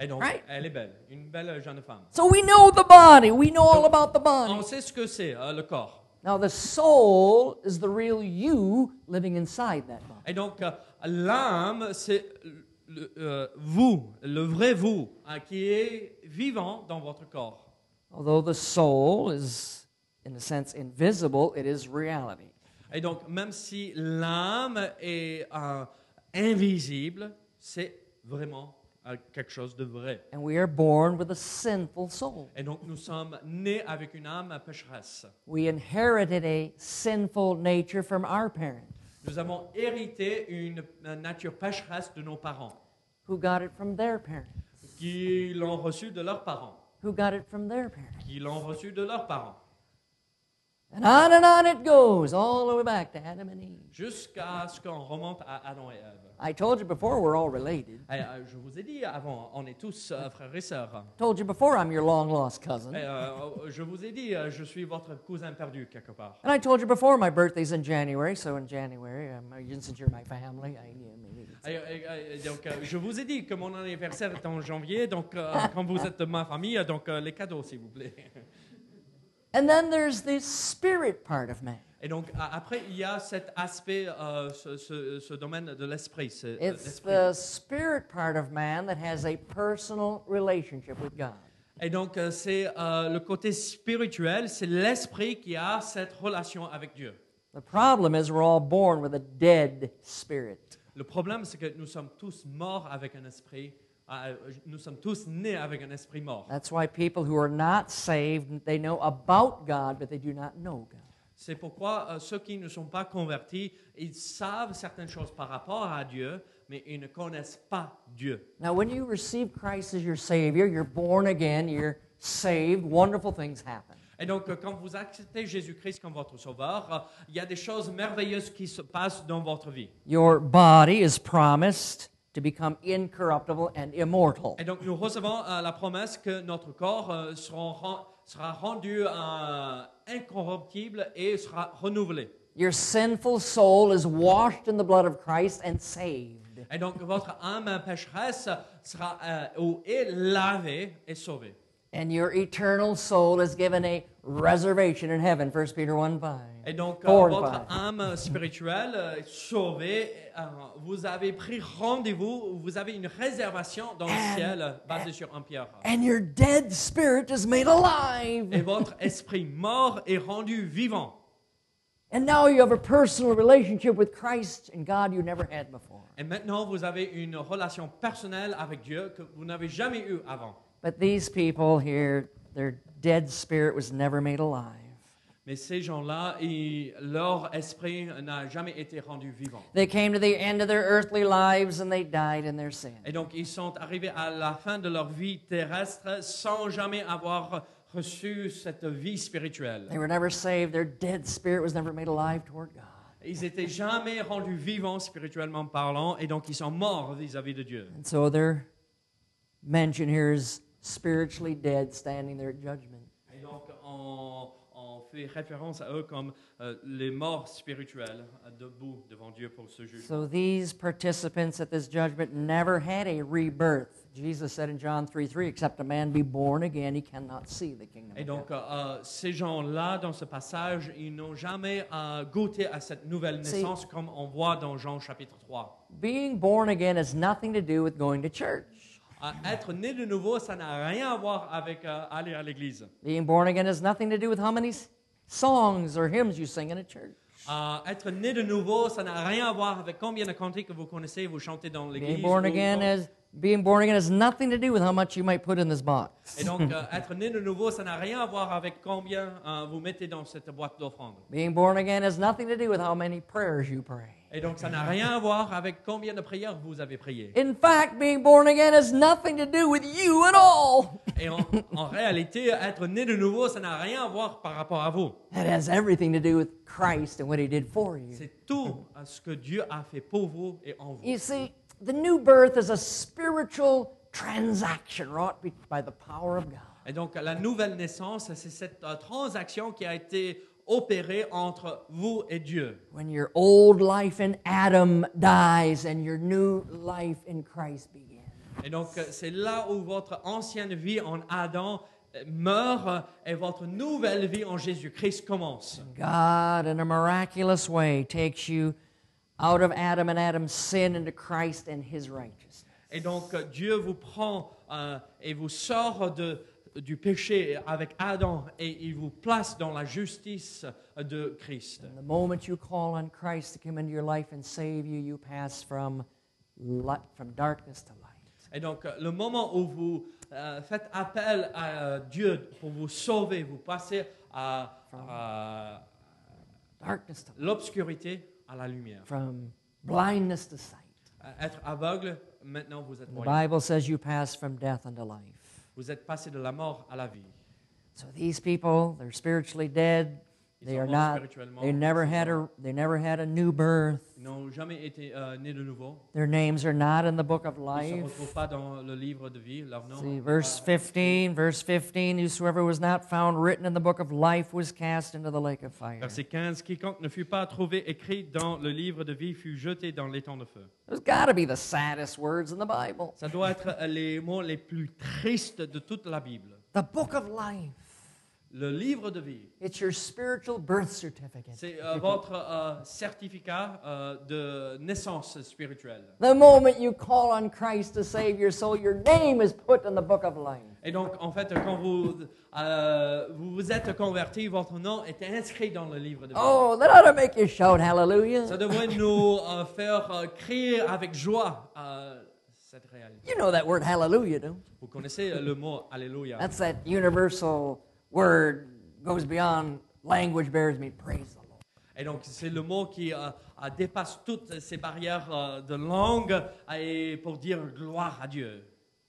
Et donc, Right. elle est belle, une belle jeune femme. So we know the body. We know all about the On body. sait ce que c'est euh, le corps. Now the soul is the real you living inside that body. Et donc, euh, l'âme, c'est le- euh, vous, le vrai vous, hein, qui est vivant dans votre corps. Although the soul is, in a sense, invisible, it is reality. Et donc, même si l'âme est euh, invisible, c'est vraiment euh, quelque chose de vrai. And we are born with a sinful soul. Et donc nous sommes nés avec une âme pécheresse. We inherited a sinful nature from our parents. Nous avons hérité une euh, nature pécheresse de nos parents, Who got it from their parents? qui l'ont reçue de leurs parents, Who got it from their parents? qui l'ont reçue de leurs parents, And on and on it goes, all the way back to Adam and Eve. jusqu'à ce qu'on remonte à Adam et Ève. I told you before we're all related. Eh, euh, je vous ai dit avant, on est tous euh, frères et sœurs. Told you before I'm your long lost Eh, cousin. euh, je vous ai dit, euh, je suis votre cousin perdu quelque part. And I told you before my birthday's in January, so in January, um, you- since you're my family, I am Eh, eh, eh, donc, euh, je vous ai dit que mon anniversaire est en janvier, donc euh, quand vous êtes de ma famille, donc euh, les cadeaux, s'il vous plaît. And then there's the spirit part of man. Et donc, a- après, il y a cet aspect, euh, ce, ce- ce domaine de l'esprit. c'est, euh, It's l'esprit. the spirit part of man that has a personal relationship with God. Et donc, euh, c'est euh, le côté spirituel, c'est l'esprit qui a cette relation avec Dieu. The problem is we're all born with a dead spirit. Le problème, c'est que nous sommes tous morts avec un esprit, euh, nous sommes tous nés avec un esprit mort. That's why people who are not saved, they know about God, but they do not know God. C'est pourquoi euh, ceux qui ne sont pas convertis, ils savent certaines choses par rapport à Dieu, mais ils ne connaissent pas Dieu. Now, when you receive Christ as your Savior, you're born again, you're saved, wonderful things happen. Et donc, euh, quand vous acceptez Jésus-Christ comme votre sauveur, euh, il y a des choses merveilleuses qui se passent dans votre vie. Your body is promised to become incorruptible and immortal. Et donc, nous recevons euh, la promesse que notre corps euh, seront ren- sera rendu euh, incorruptible et sera renouvelé. Your sinful soul is washed in the blood of Christ and saved. Et donc, votre âme pécheresse sera euh, ou est lavée et sauvée. And your eternal soul is given a reservation in heaven, 1 Peter 1 5. Et donc, euh, Four and votre five. âme spirituelle euh, est sauvée, euh, vous avez pris rendez-vous, vous avez une réservation dans le ciel euh, basée sur un pierre. And your dead spirit is made Et alive. votre esprit mort est rendu vivant. And now you have a personal relationship with Christ and God you never had before. Et maintenant, vous avez une relation personnelle avec Dieu que vous n'avez jamais eue avant. But these people here, their dead spirit was never made alive. Mais ces gens-là, ils- leur esprit n'a jamais été rendu vivant. They came to the end of their earthly lives and they died in their sin. Et donc, ils sont arrivés à la fin de leur vie terrestre sans jamais avoir reçu cette vie spirituelle. They were never saved. Their dead spirit was never made alive toward God. Ils n'étaient jamais rendus vivants spirituellement parlant, et donc ils sont morts vis-à-vis de Dieu. And so their mention here is spiritually dead, standing there at judgment. Et donc on, on fait référence à eux comme euh, les morts spirituels, euh, debout devant Dieu pour ce juge. So these participants at this judgment never had a rebirth. Jesus said in John 3 3, except a man be born again, he cannot see the kingdom. Et Of donc heaven. euh, euh, ces gens-là, dans ce passage, ils n'ont jamais euh, goûté à cette nouvelle C'est- naissance comme on voit dans Jean chapitre 3. Being born again has nothing to do with going to church. Euh, être né de nouveau, ça n'a rien à voir avec euh, aller à l'église. Being born again has nothing to do with how many s- songs or hymns you sing in a church. Euh, être né de nouveau, ça n'a rien à voir avec combien de cantiques vous connaissez et vous chantez dans l'église. Being born ou again dans- is being born again has nothing to do with how much you might put in this box. Et donc, euh, être né de nouveau, ça n'a rien à voir avec combien euh, vous mettez dans cette boîte d'offrandes. Being born again has nothing to do with how many prayers you pray. Et donc, ça n'a rien à voir avec combien de prières vous avez priées. In fact, being born again has nothing to do with you at all. Et en, en réalité, être né de nouveau, ça n'a rien à voir par rapport à vous. It has everything to do with Christ and what he did for you. C'est tout euh, ce que Dieu a fait pour vous et en vous. You see, the new birth is a spiritual transaction wrought be- by the power of God. Et donc, la nouvelle naissance, c'est cette euh, transaction qui a été opérée entre vous et Dieu. When your old life in Adam dies and your new life in Christ begins. Et donc, euh, c'est là où votre ancienne vie en Adam euh, meurt euh, et votre nouvelle vie en Jésus-Christ commence. God, in a miraculous way, takes you out of Adam and Adam's sin into Christ and his righteousness. Et donc euh, Dieu vous prend euh, et vous sort de- du péché avec Adam et il vous place dans la justice de Christ. The moment you call on Christ to come into your life and save you, you pass from, light, from darkness to light. Et donc, euh, le moment où vous euh, faites appel à euh, Dieu pour vous sauver, vous passez à, à darkness to l'obscurité à la lumière. from blindness to sight. Euh, être aveugle, maintenant vous êtes The voyant. Bible says you pass from death unto life. Vous êtes passé de la mort à la vie. So these people, they're spiritually dead. Ils They sont are morts not. spirituellement. They never had a. They never had a new birth. Ils n'ont jamais été euh, nés de nouveau. Their names are not in the book of Ils ne se life. retrouvent pas dans le livre de vie, leur nom. See, verse 15, verse 15, whosoever was not found written in the book of life was cast into the lake of fire. Verset 15, quiconque ne fut pas trouvé écrit dans le livre de vie fut jeté dans l'étang de feu. There's got to be the saddest words in the Bible. Ça doit être euh, les mots les plus tristes de toute la Bible. The book of life. Le livre de vie, It's your spiritual birth certificate. c'est [laughs] euh, votre euh, certificat euh, de naissance spirituelle. The moment you call on Christ to save your soul, your name is put in the book of life. Et donc, en fait, quand vous euh, vous, vous êtes converti, votre nom était inscrit dans le livre de vie. Oh, that ought to make you shout Ça hallelujah. devrait nous euh, faire euh, crier avec joie euh, cette réalité. You know that word hallelujah, don't you? Vous connaissez euh, le mot Alléluia. That's that universal word goes beyond language bears me praise the Lord. Et donc, c'est le mot qui euh, euh, dépasse toutes ces barrières euh, de langue et pour dire gloire à Dieu.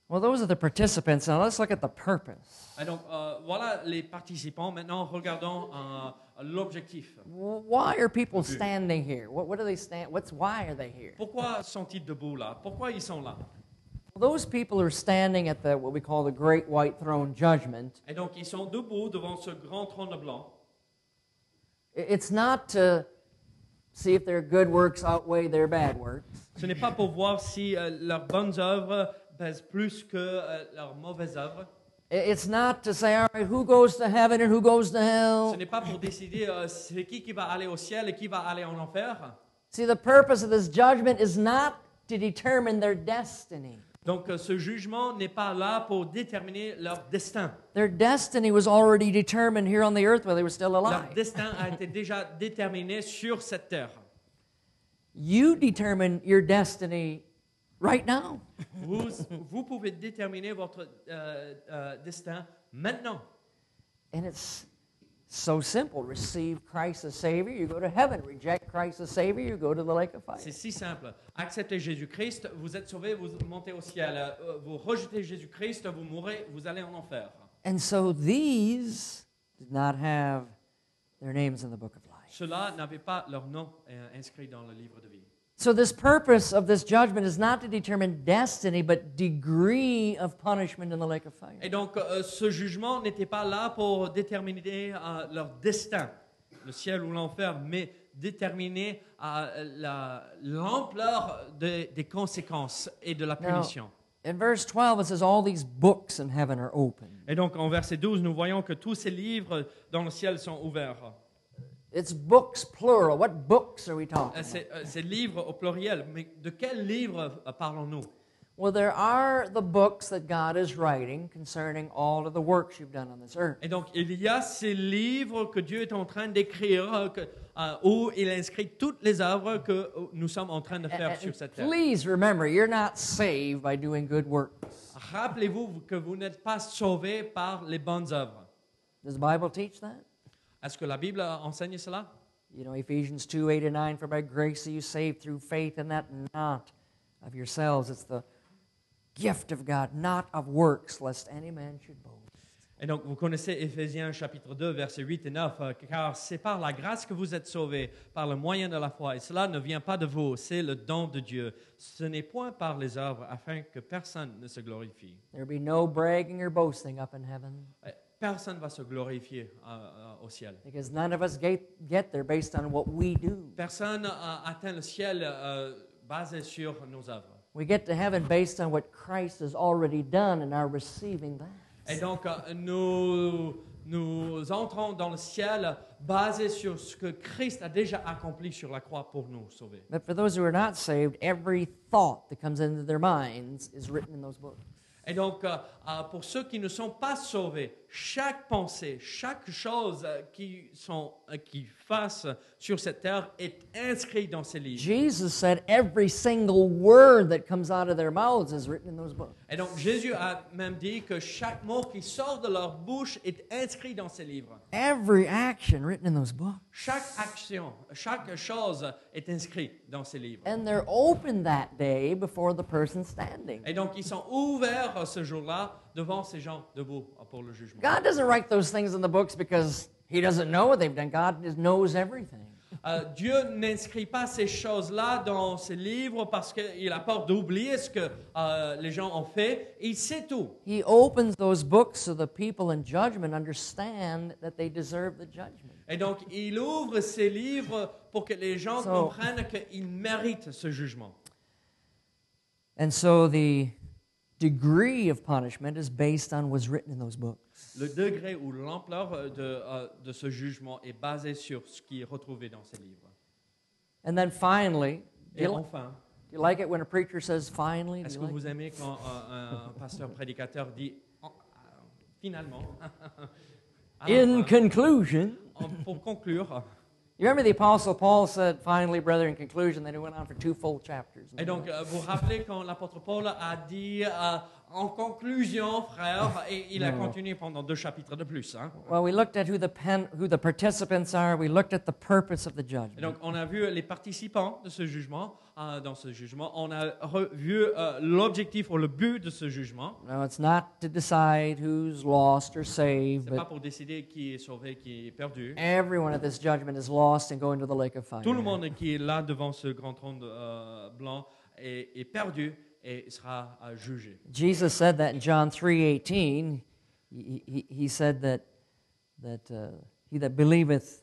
Well, those are the participants. Now let's look at the purpose. Et donc, euh, voilà les participants. Maintenant, regardons euh, l'objectif. W- Why are people standing here? What, what do they stand? What's why are they here? Pourquoi sont-ils debout là Pourquoi ils sont là Well, those people are standing at the what we call the Great White Throne Judgment. Et donc, ils sont debout devant ce grand trône blanc. I- It's not to see if their good works outweigh their bad works. Ce n'est pas pour voir si euh, leurs bonnes œuvres pèsent plus que euh, leurs mauvaises œuvres. I- It's not to say, all right, who goes to heaven and who goes to Ce hell. n'est pas pour décider euh, c'est qui qui va aller au ciel et qui va aller en enfer. See, the purpose of this judgment is not to determine their destiny. Donc euh, ce jugement n'est pas là pour déterminer leur destin. Their destiny was already determined here on the earth while they were still Leur alive. destin a été déjà déterminé sur cette terre. You determine your destiny right now. Vous, vous pouvez déterminer votre euh, euh, destin maintenant. And it's so simple. Receive Christ as Savior, you go to heaven. Reject Christ as Savior, you go to the lake of fire. C'est si simple. Acceptez Jésus-Christ, vous êtes sauvé, vous montez au ciel. Euh, Vous rejetez Jésus-Christ, vous mourrez, vous allez en enfer. And so these did not have their names in the book of life. Ceux-là n'avaient pas leur nom euh, inscrit dans le livre de vie. So this purpose of this judgment is not to determine destiny, but degree of punishment in the lake of fire. Et donc, euh, ce jugement n'était pas là pour déterminer euh, leur destin, le ciel ou l'enfer, mais déterminer euh, la- l'ampleur des- des conséquences et de la Now, punition. in verse 12, it says, All these books in heaven are open. Et donc, en verset 12, nous voyons que tous ces livres dans le ciel sont ouverts. It's books plural. What books are we talking Euh, about? Ces, euh, ces livres au pluriel, mais de quels livres euh, parlons-nous Well, there are the books that God is writing concerning all of the works you've done on this earth. Et donc, il y a ces livres que Dieu est en train d'écrire, euh, que- euh, où il inscrit toutes les œuvres que euh, nous sommes en train de And- faire and sur cette terre. please remember, you're not saved by doing good works. Rappelez-vous que vous n'êtes pas sauvés par les bonnes œuvres. Does the Bible teach that? Est-ce que la Bible enseigne cela You know, Ephesians 2 8 and 9, for by grace are you saved through faith, and that not of yourselves. It's the gift of God, not of works, lest any man should boast. Et donc, vous connaissez Éphésiens chapitre 2, versets 8 et 9, euh, car c'est par la grâce que vous êtes sauvés, par le moyen de la foi, et cela ne vient pas de vous, c'est le don de Dieu. Ce n'est point par les œuvres, afin que personne ne se glorifie. There be no bragging or boasting up in heaven, Euh, Personne va se glorifier euh, euh, au ciel. because none of us get, get there based on what we do. Personne euh, atteint le ciel euh, basé sur nos œuvres. We get to heaven based on what Christ has already done and are receiving that. Et donc, euh, nous, nous entrons dans le ciel basé sur ce que Christ a déjà accompli sur la croix pour nous sauver. But for those who are not saved, every thought that comes into their minds is written in those books. Et donc, euh, euh, pour ceux qui ne sont pas sauvés, chaque pensée, chaque chose euh, qui, sont, euh, qui fasse sur cette terre est inscrite dans ces livres. Jesus said every single word that comes out of their mouths is written in those books. Et donc Jésus a même dit que chaque mot qui sort de leur bouche est inscrit dans ces livres. Every action written in those books. Chaque action, chaque chose est inscrite dans ces livres. And they're open that day before the person standing. Et donc ils sont ouverts euh, ce jour-là devant ces gens debout euh, pour le jugement. God doesn't write those things in the books because He doesn't know what they've done. God just knows everything. Euh, Dieu n'inscrit pas ces choses-là dans ses livres parce qu'il a peur d'oublier ce que euh, les gens ont fait. Il sait tout. He opens those books so the people in judgment understand that they deserve the judgment. Et donc, il ouvre ces livres pour que les gens So- comprennent qu'ils méritent ce jugement. And so the degree of punishment is based on what's written in those books. Le degré ou l'ampleur euh, de, euh, de ce jugement est basé sur ce qui est retrouvé dans ces livres. And then finally, do Et you, li- do enfin, you like it when a preacher says finally? Do est-ce you que like vous aimez quand euh, un pasteur prédicateur dit en- euh, finalement, [laughs] à it? In la conclusion, fin, en- pour conclure, you remember the Apostle Paul said, finally, brother, in conclusion, then it went on for two full chapters. Et donc, euh, vous vous rappelez quand l'apôtre Paul a dit euh, en conclusion, frère, et il a continué pendant deux chapitres de plus. hein. Well, we looked at who the, pen, who the participants are. We looked at the purpose of the Et judgment. donc, on a vu les participants de ce jugement, euh, dans ce jugement. On a revu euh, l'objectif ou le but de ce jugement. No, it's not to decide who's lost or saved, C'est pas but pour décider qui est sauvé, qui est perdu. everyone at this judgment is lost and going to the lake of fire. Tout le monde qui est là devant ce grand trône euh, blanc est, est perdu et sera euh, jugé. Jesus said that in John 3:18. He, he, he said that that uh, he that believeth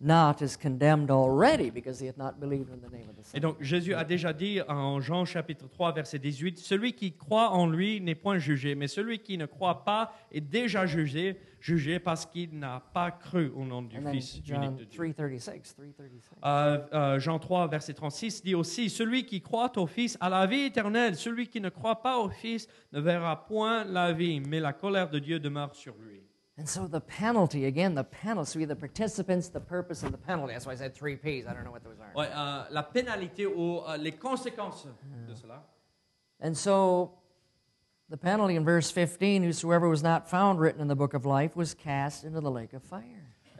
not is condemned already because he hath not believed in the name of the Son. Et donc Jésus a déjà dit en Jean chapitre 3 verset 18, Celui qui croit en lui n'est point jugé, mais celui qui ne croit pas est déjà jugé, jugé parce qu'il n'a pas cru au nom du And then Fils unique John de Dieu. 3:36, 3:36. Euh, euh, Jean 3 verset 36 dit aussi, Celui qui croit au Fils a la vie éternelle, celui qui ne croit pas au Fils ne verra point la vie, mais la colère de Dieu demeure sur lui. And so the penalty again, the penalty. So we have the participants, the purpose, and the penalty. That's why I said three P's. I don't know what those are. Ouais, euh, la pénalité ou euh, les conséquences de cela. And so the penalty in verse 15, whosoever was not found written in the book of life was cast into the lake of fire.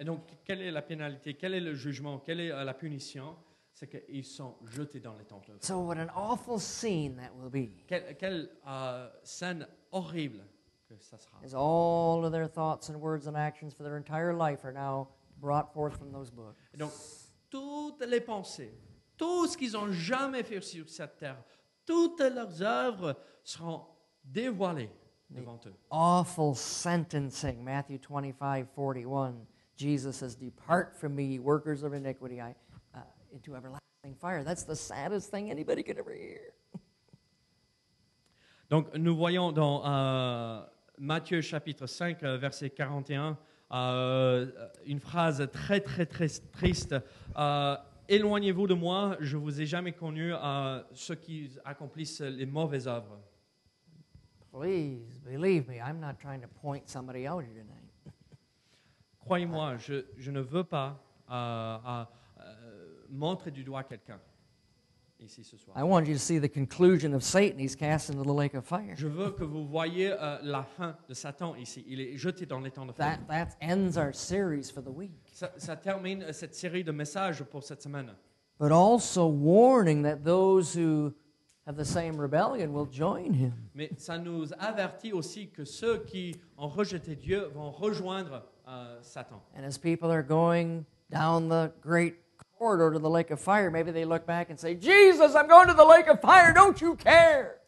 Et donc, quelle est la pénalité Quel est le jugement Quelle est euh, la punition C'est qu'ils sont jetés dans les temples. So what an awful scene that will be. Quelle, quelle, euh, scène horrible que ça sera. As all of their thoughts and words and actions for their entire life are now brought forth from those books. Et donc, toutes les pensées, tout ce qu'ils ont jamais fait sur cette terre, toutes leurs œuvres seront dévoilées devant eux. Awful sentencing, Matthew 25, 41. Jesus says, Depart from me, ye workers of iniquity, I, uh, into everlasting fire. That's the saddest thing anybody could ever hear. Donc, nous voyons dans euh, Matthieu chapitre 5, euh, verset 41, euh, une phrase très, très, très triste. Euh, Éloignez-vous de moi, je vous ai jamais connu à ceux qui accomplissent les mauvaises œuvres. Please believe me, I'm not trying to point somebody out here tonight. Croyez-moi, je, je ne veux pas euh, euh, euh, montrer du doigt quelqu'un ici ce soir. I want you to see the conclusion of Satan. He's cast into the lake of fire. Je veux que vous voyez euh, la fin de Satan ici. Il est jeté dans les temps de feu. That, that ends our series for the week. Ça, ça termine euh, cette série de messages pour cette semaine. But also warning that those who have the same rebellion will join him. Mais ça nous avertit aussi que ceux qui ont rejeté Dieu vont rejoindre euh, Satan. And as people are going down the great corridor to the lake of fire, maybe they look back and say, Jesus, I'm going to the lake of fire. Don't you care?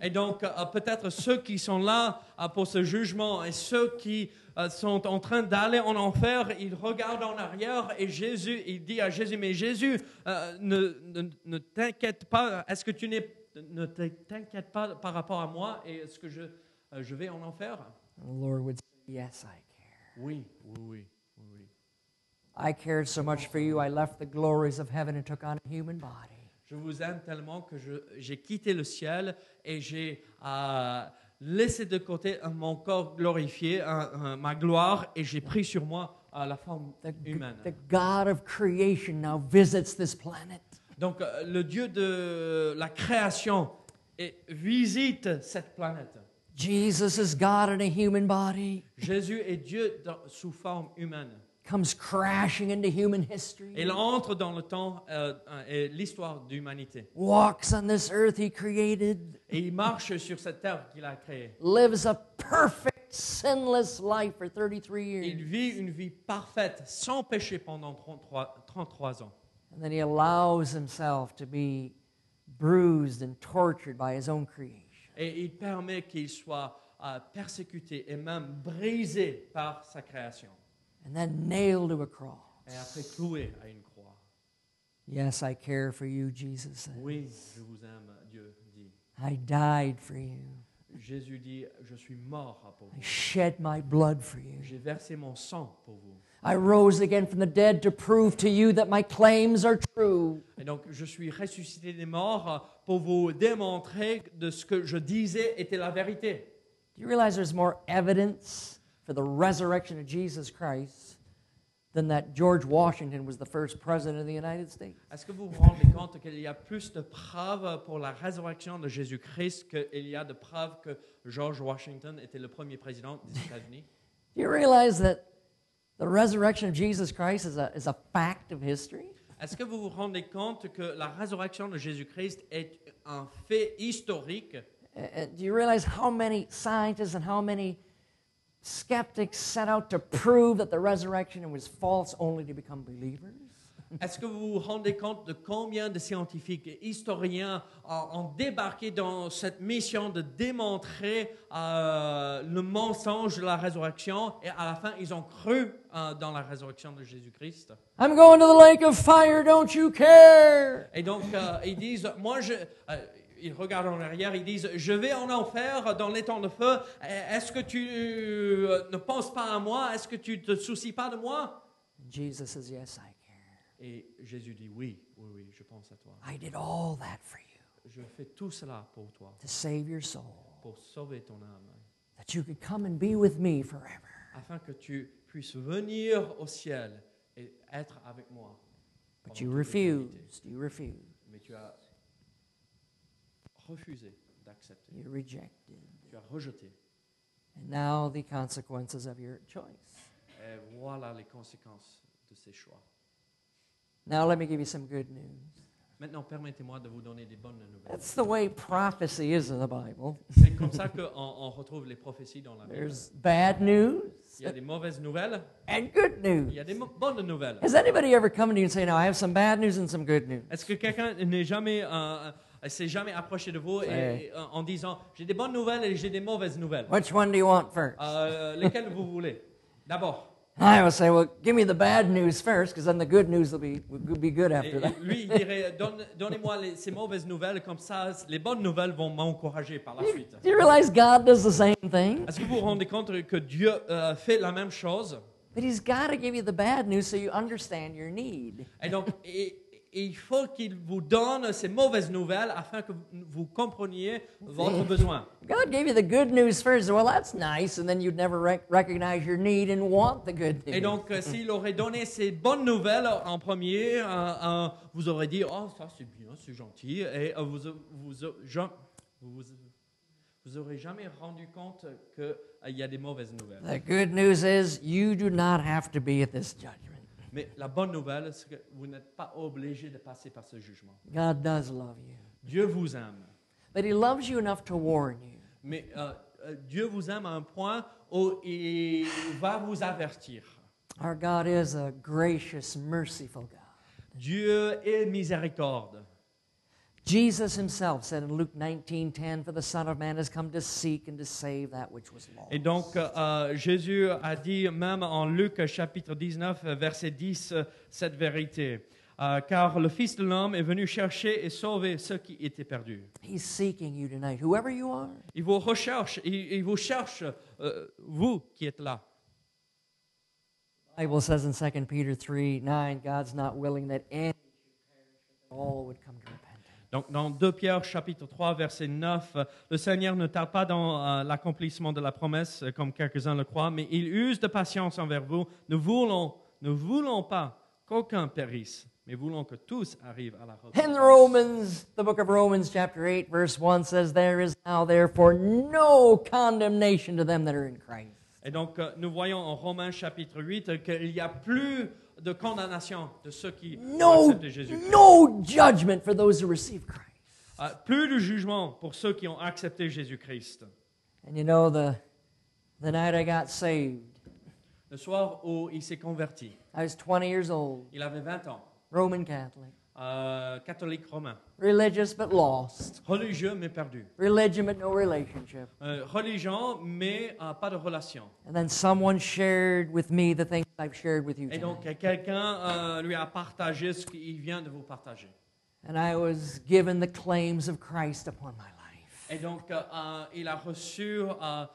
Et donc, euh, peut-être ceux qui sont là euh, pour ce jugement et ceux qui euh, sont en train d'aller en enfer, ils regardent en arrière et Jésus, il dit à Jésus, mais Jésus, euh, ne, ne- ne t'inquiète pas, est-ce que tu n'es, ne t'inquiète pas par rapport à moi et est-ce que je, euh, je vais en enfer And the Lord would say, Yes, I care. Oui, oui, oui, oui, oui. I cared so much for you, I left the glories of heaven and took on a human body. Je vous aime tellement que je- j'ai quitté le ciel et j'ai euh, laissé de côté euh, mon corps glorifié, euh, euh, ma gloire, et j'ai pris sur moi euh, la forme humaine. The God of creation now visits this planet. Donc euh, le Dieu de la création et visite cette planète. Jesus is God in a human body, Jésus est Dieu dans- sous forme humaine. comes crashing into human history, Il entre dans le temps euh, et l'histoire d'humanité. walks on this earth he created, Et il marche sur cette terre qu'il a créée. lives a perfect, sinless life for 33 Il years. vit une vie parfaite, sans péché pendant 33, 33 ans. And then he allows himself to be bruised and tortured by his own creation. Et il permet qu'il soit euh, persécuté et même brisé par sa création. And then nailed to a cross. Et après cloué à une croix. Yes, I care for you, Jesus said. Oui, je vous aime, Dieu dit. I died for you. Jésus dit, je suis mort pour I vous. shed my blood for you. J'ai versé mon sang pour vous. I rose again from the dead to prove to you that my claims are true. Et donc, je suis ressuscité des morts euh, pour vous démontrer de ce que je disais était la vérité. Do you realize there's more evidence for the resurrection of Jesus Christ than that George Washington was the first president of the United States? Est-ce que vous vous rendez compte qu'il y a plus de preuves pour la résurrection de Jésus-Christ qu'il y a de preuves que George Washington était le premier président des États-Unis Do you realize that the resurrection of Jesus Christ is a, is a fact of history? Est-ce que vous vous rendez compte que la résurrection de Jésus-Christ est un fait historique A- and do you realize how many scientists and how many skeptics set out to prove that the resurrection was false only to become believers? Est-ce que vous vous rendez compte de combien de scientifiques et historiens euh, ont débarqué dans cette mission de démontrer euh, le mensonge de la résurrection et à la fin ils ont cru euh, dans la résurrection de Jésus-Christ I'm going to the lake of fire, don't you care? Et donc euh, ils disent, moi je... euh, ils regardent en arrière, ils disent, je vais en enfer dans les temps de feu, Eh, est-ce que tu euh, ne penses pas à moi, est-ce que tu te soucies pas de moi Jesus says, Yes, I care. Et Jésus dit, oui, oui, oui, je pense à toi. I did all that for you Je fais tout cela pour toi, to save your soul, pour sauver ton âme, that you could come and be with me forever. afin que tu puisses venir au ciel et être avec moi. But pendant you toute l'éternité. refused. You refused. Mais tu as refusé d'accepter. You rejected. Tu as rejeté. And now the consequences of your choice. Et voilà les conséquences de ces choix. Now, let me give you some good news. Maintenant, permettez-moi de vous donner des bonnes nouvelles. That's the way prophecy is in the Bible. C'est comme ça qu'on on retrouve les prophéties dans la Bible. There's bad news Il y a des mauvaises nouvelles, and good il y news. a des mo- bonnes nouvelles. Has anybody ever come to you and say, "No, I have some bad news and some good news"? Est-ce que quelqu'un n'est jamais, euh, euh, s'est jamais approché de vous et- Ouais. et, euh, en disant j'ai des bonnes nouvelles et j'ai des mauvaises nouvelles Which one do you want first? Euh, Lesquelles vous voulez D'abord. And I would say, "Well, give me the bad news first, because then the good news will be will be good Et- after [laughs] et that." lui, il dirait Donne- donnez-moi les- ces mauvaises nouvelles, comme ça les bonnes nouvelles vont m'encourager par la suite. Do you realize God does the same thing? Est-ce que vous vous rendez compte que Dieu euh, fait la même chose But He's got to give you the bad news so you understand your need. Et donc, et- et il faut qu'il vous donne ces mauvaises nouvelles afin que vous- vous compreniez votre besoin. God gave you the good news first. Well, that's nice, and then you'd never rec- recognize your need and want the good Et news. donc, euh, s'il aurait donné ces bonnes nouvelles en premier, euh, euh, vous aurez dit Oh, ça c'est bien, c'est gentil. Et euh, vous, vous, ja- vous, vous aurez jamais rendu compte qu'il y a des mauvaises nouvelles. The good news is you do not have to be at this judgment. Mais la bonne nouvelle, c'est que vous n'êtes pas obligé de passer par ce jugement. God does love you, Dieu vous aime. but He loves you enough to warn you. Mais euh, euh, Dieu vous aime à un point où il va vous avertir. Our God is a gracious, merciful God. Dieu est miséricorde. Jesus himself said in Luke 19:10, "For the Son of Man has come to seek and to save that which was lost." Et donc, euh, Jésus a dit même en Luc chapitre 19, verset 10, euh, cette vérité. Euh, car le Fils de l'homme est venu chercher et sauver ceux qui étaient perdus. He's seeking you tonight, whoever you are. Il vous recherche, il, il vous cherche, euh, vous qui êtes là. The Bible says in 2 Peter 3:9, God's not willing that any should perish, but all would come to repentance. Donc, dans 2 Pierre chapitre 3, verset 9, euh, le Seigneur ne tarde pas dans euh, l'accomplissement de la promesse, euh, comme quelques-uns le croient, mais il use de patience envers vous. Nous voulons, ne voulons pas qu'aucun périsse, mais voulons que tous arrivent à la In the repentance. Romans, the book of Romans, chapter 8, verse 1 says, There is now therefore no condemnation to them that are in Christ. Et donc, euh, nous voyons en Romains chapitre 8 euh, qu'il n'y a plus de condamnation de ceux qui ont No, accepté Jésus. no judgment for those who receive Christ. Euh, plus de jugement pour ceux qui ont accepté Jésus-Christ. And you know, the, the night I got saved, Le soir où il s'est converti, I was 20 years old, il avait 20 ans, Roman Catholic, euh, catholique romain, religious but lost, religieux mais perdu, religion but no relationship. Euh, religion mais euh, pas de relation. And then someone shared with me the things I've shared with you Et tonight. donc euh, quelqu'un euh, lui a partagé ce qu'il vient de vous partager. And I was given the claims of Christ upon my life. Et donc euh, euh, il a reçu euh,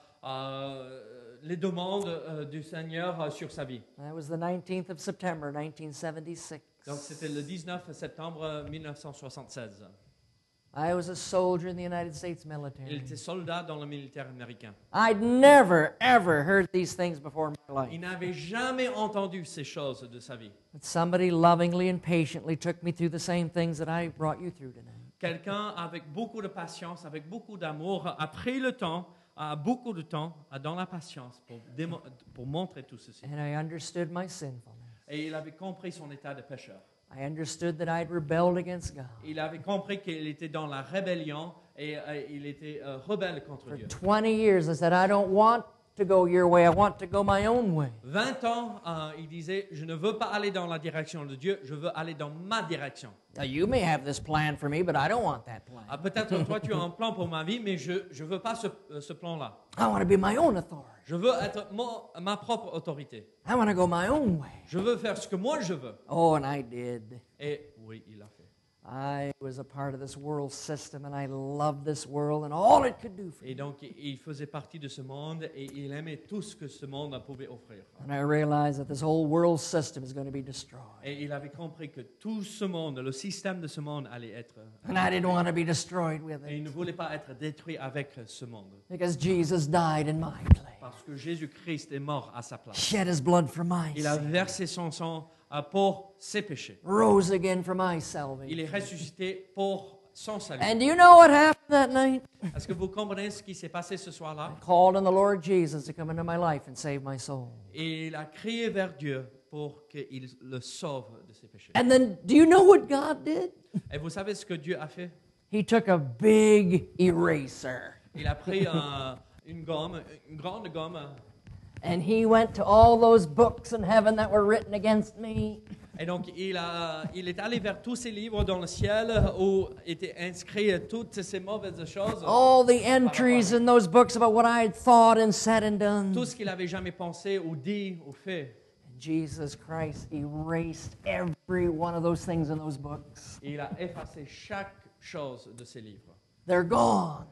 euh, les demandes euh, du Seigneur euh, sur sa vie. That was the 19th of September, 1976. Donc c'était le 19 septembre euh, 1976. I was a soldier in the United States Il military. était soldat dans le militaire américain. I'd never, ever heard these things before in my life. Il n'avait jamais entendu ces choses de sa vie. But somebody lovingly and patiently took me through the same things that I brought you through tonight. Quelqu'un avec beaucoup de patience, avec beaucoup d'amour, a pris le temps, a beaucoup de temps, a dans la patience pour, démo- pour montrer tout ceci. And I understood my sinfulness. Et il avait compris son état de pécheur. I understood that I'd rebelled against God. Il avait compris qu'il était dans la rébellion et euh, il était euh, rebelle contre For Dieu. 20 years, I said, I don't want to go your way. I want to go my own way. 20 ans, euh, il disait, je ne veux pas aller dans la direction de Dieu, je veux aller dans ma direction. Now, you may have this plan for me, but I don't want that plan. Ah, Peut-être que toi, tu as un plan pour ma vie, mais je ne veux pas ce, euh, ce plan-là. I want to be my own authority. Je veux être mon- ma propre autorité. I want to go my own way. Je veux faire ce que moi je veux. Oh, and I did. Et oui, il a fait. I was a part of this world system, and I loved this world and all it could do for me. Et donc, il faisait partie de ce monde et il aimait tout ce que ce monde pouvait offrir. And I realized that this whole world system is going to be destroyed. Et il avait compris que tout ce monde, le système de ce monde allait être... And I didn't want to be destroyed with Et il it ne voulait pas être détruit avec ce monde. because Jesus died in my place, Parce que Jésus-Christ est mort à sa place. shed his blood for my Il a sin, versé son sang euh, pour ses péchés. rose again for my Il salvation. est ressuscité pour son salut. And do you know what happened that night? Est-ce que vous comprenez ce qui s'est passé ce soir-là? I called on the Lord Jesus to come into my life and save my soul. Et il a crié vers Dieu pour qu'il le sauve de ses péchés. And then, do you know what God did? Et vous savez ce que Dieu a fait? He took a big eraser. Il a pris un- une gomme, une grande gomme, And he went to all those books in heaven that were written against me. et donc il, a, il est allé vers tous ces livres dans le ciel où étaient inscrits toutes ces mauvaises choses, All the entries in those books about what I had thought and said and done. tout ce qu'il avait jamais pensé ou dit ou fait. Jesus Christ erased every one of those things in those books. Et il a effacé chaque chose de ces livres. They're gone.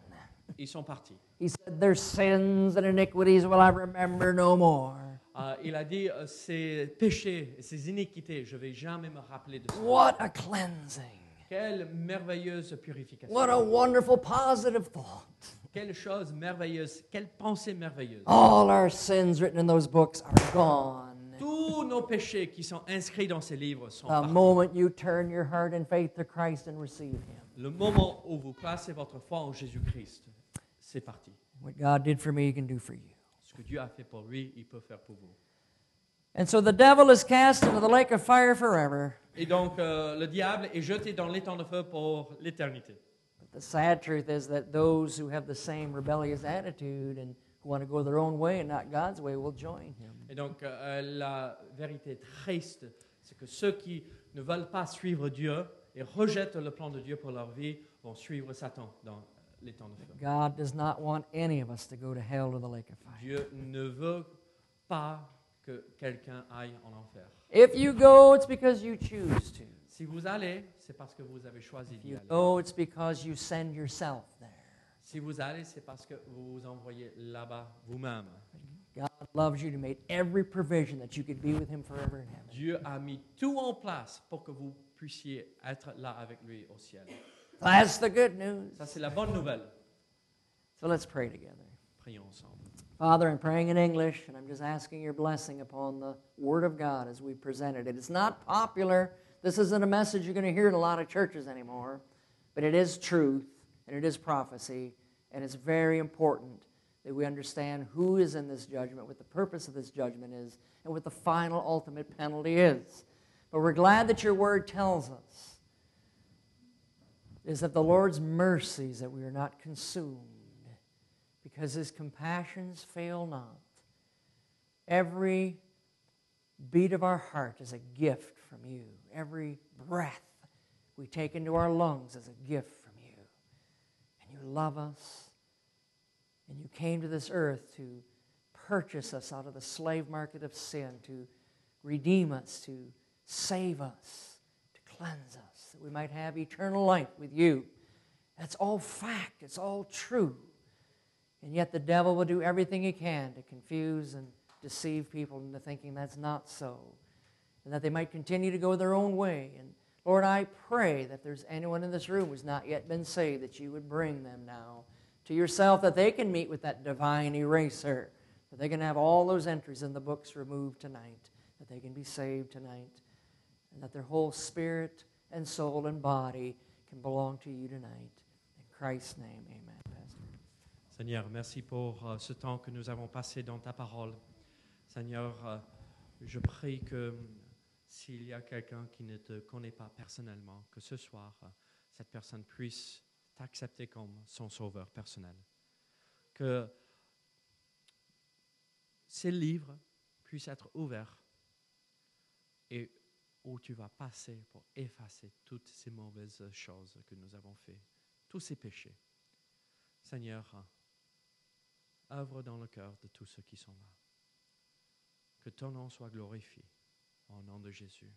Ils sont partis. He said, Their sins and iniquities will I remember no more. Euh, il a dit euh, ces péchés, ces iniquités, je vais jamais me rappeler de ça. What a cleansing. Quelle merveilleuse purification. What a wonderful positive thought. Quelle chose merveilleuse, quelle pensée merveilleuse. All our sins written in those books are gone. Tous nos péchés qui sont inscrits dans ces livres sont The partis. moment you turn your heart and faith to Christ and receive Him. Le moment où vous placez votre foi en Jésus-Christ, c'est parti. What God did for me, He can do for you. Ce que Dieu a fait pour lui, il peut faire pour vous. And so the devil is cast into the lake of fire forever. Et donc, euh, le diable est jeté dans l'étang de feu pour l'éternité. But the sad truth is that those who have the same rebellious attitude and who want to go their own way and not God's way will join him. Et donc, euh, la vérité triste, c'est que ceux qui ne veulent pas suivre Dieu et rejettent le plan de Dieu pour leur vie vont suivre Satan dans l'étang de feu. God does not want any of us to go to hell or the lake of fire. Dieu ne veut pas que quelqu'un aille en enfer. If you go, it's because you choose to. Si vous allez, c'est parce que vous avez choisi If d'y you aller. go, it's because you send yourself there. Si vous allez, c'est parce que vous vous envoyez là-bas vous-même. God loves you to make every provision that you could be with Him forever in heaven. Dieu a mis tout en place pour que vous puissiez être là avec lui au ciel. That's the good news. Ça, c'est la bonne nouvelle. So let's pray together. Prions ensemble. Father, I'm praying in English, and I'm just asking your blessing upon the Word of God as we presented it. It's not popular. This isn't a message you're going to hear in a lot of churches anymore, but it is truth, and it is prophecy, and it's very important that we understand who is in this judgment, what the purpose of this judgment is, and what the final ultimate penalty is. But we're glad that your Word tells us is that the Lord's mercies that we are not consumed because his compassions fail not. Every beat of our heart is a gift from you. Every breath we take into our lungs is a gift from you. And you love us. And you came to this earth to purchase us out of the slave market of sin, to redeem us, to save us, to cleanse us, that we might have eternal life with you. That's all fact, it's all true. And yet the devil will do everything he can to confuse and deceive people into thinking that's not so, and that they might continue to go their own way. And Lord, I pray that there's anyone in this room who's not yet been saved, that you would bring them now to yourself, that they can meet with that divine eraser, that they can have all those entries in the books removed tonight, that they can be saved tonight, and that their whole spirit and soul and body can belong to you tonight. In Christ's name, amen. Pastor. Seigneur, merci pour euh, ce temps que nous avons passé dans ta parole. Seigneur, euh, je prie que mm, s'il y a quelqu'un qui ne te connaît pas personnellement, que ce soir, euh, cette personne puisse t'accepter comme son sauveur personnel. Que ces livres puissent être ouverts et où tu vas passer pour effacer toutes ces mauvaises choses que nous avons faites, tous ces péchés. Seigneur, œuvre dans le cœur de tous ceux qui sont là. Que ton nom soit glorifié. Au nom de Jésus.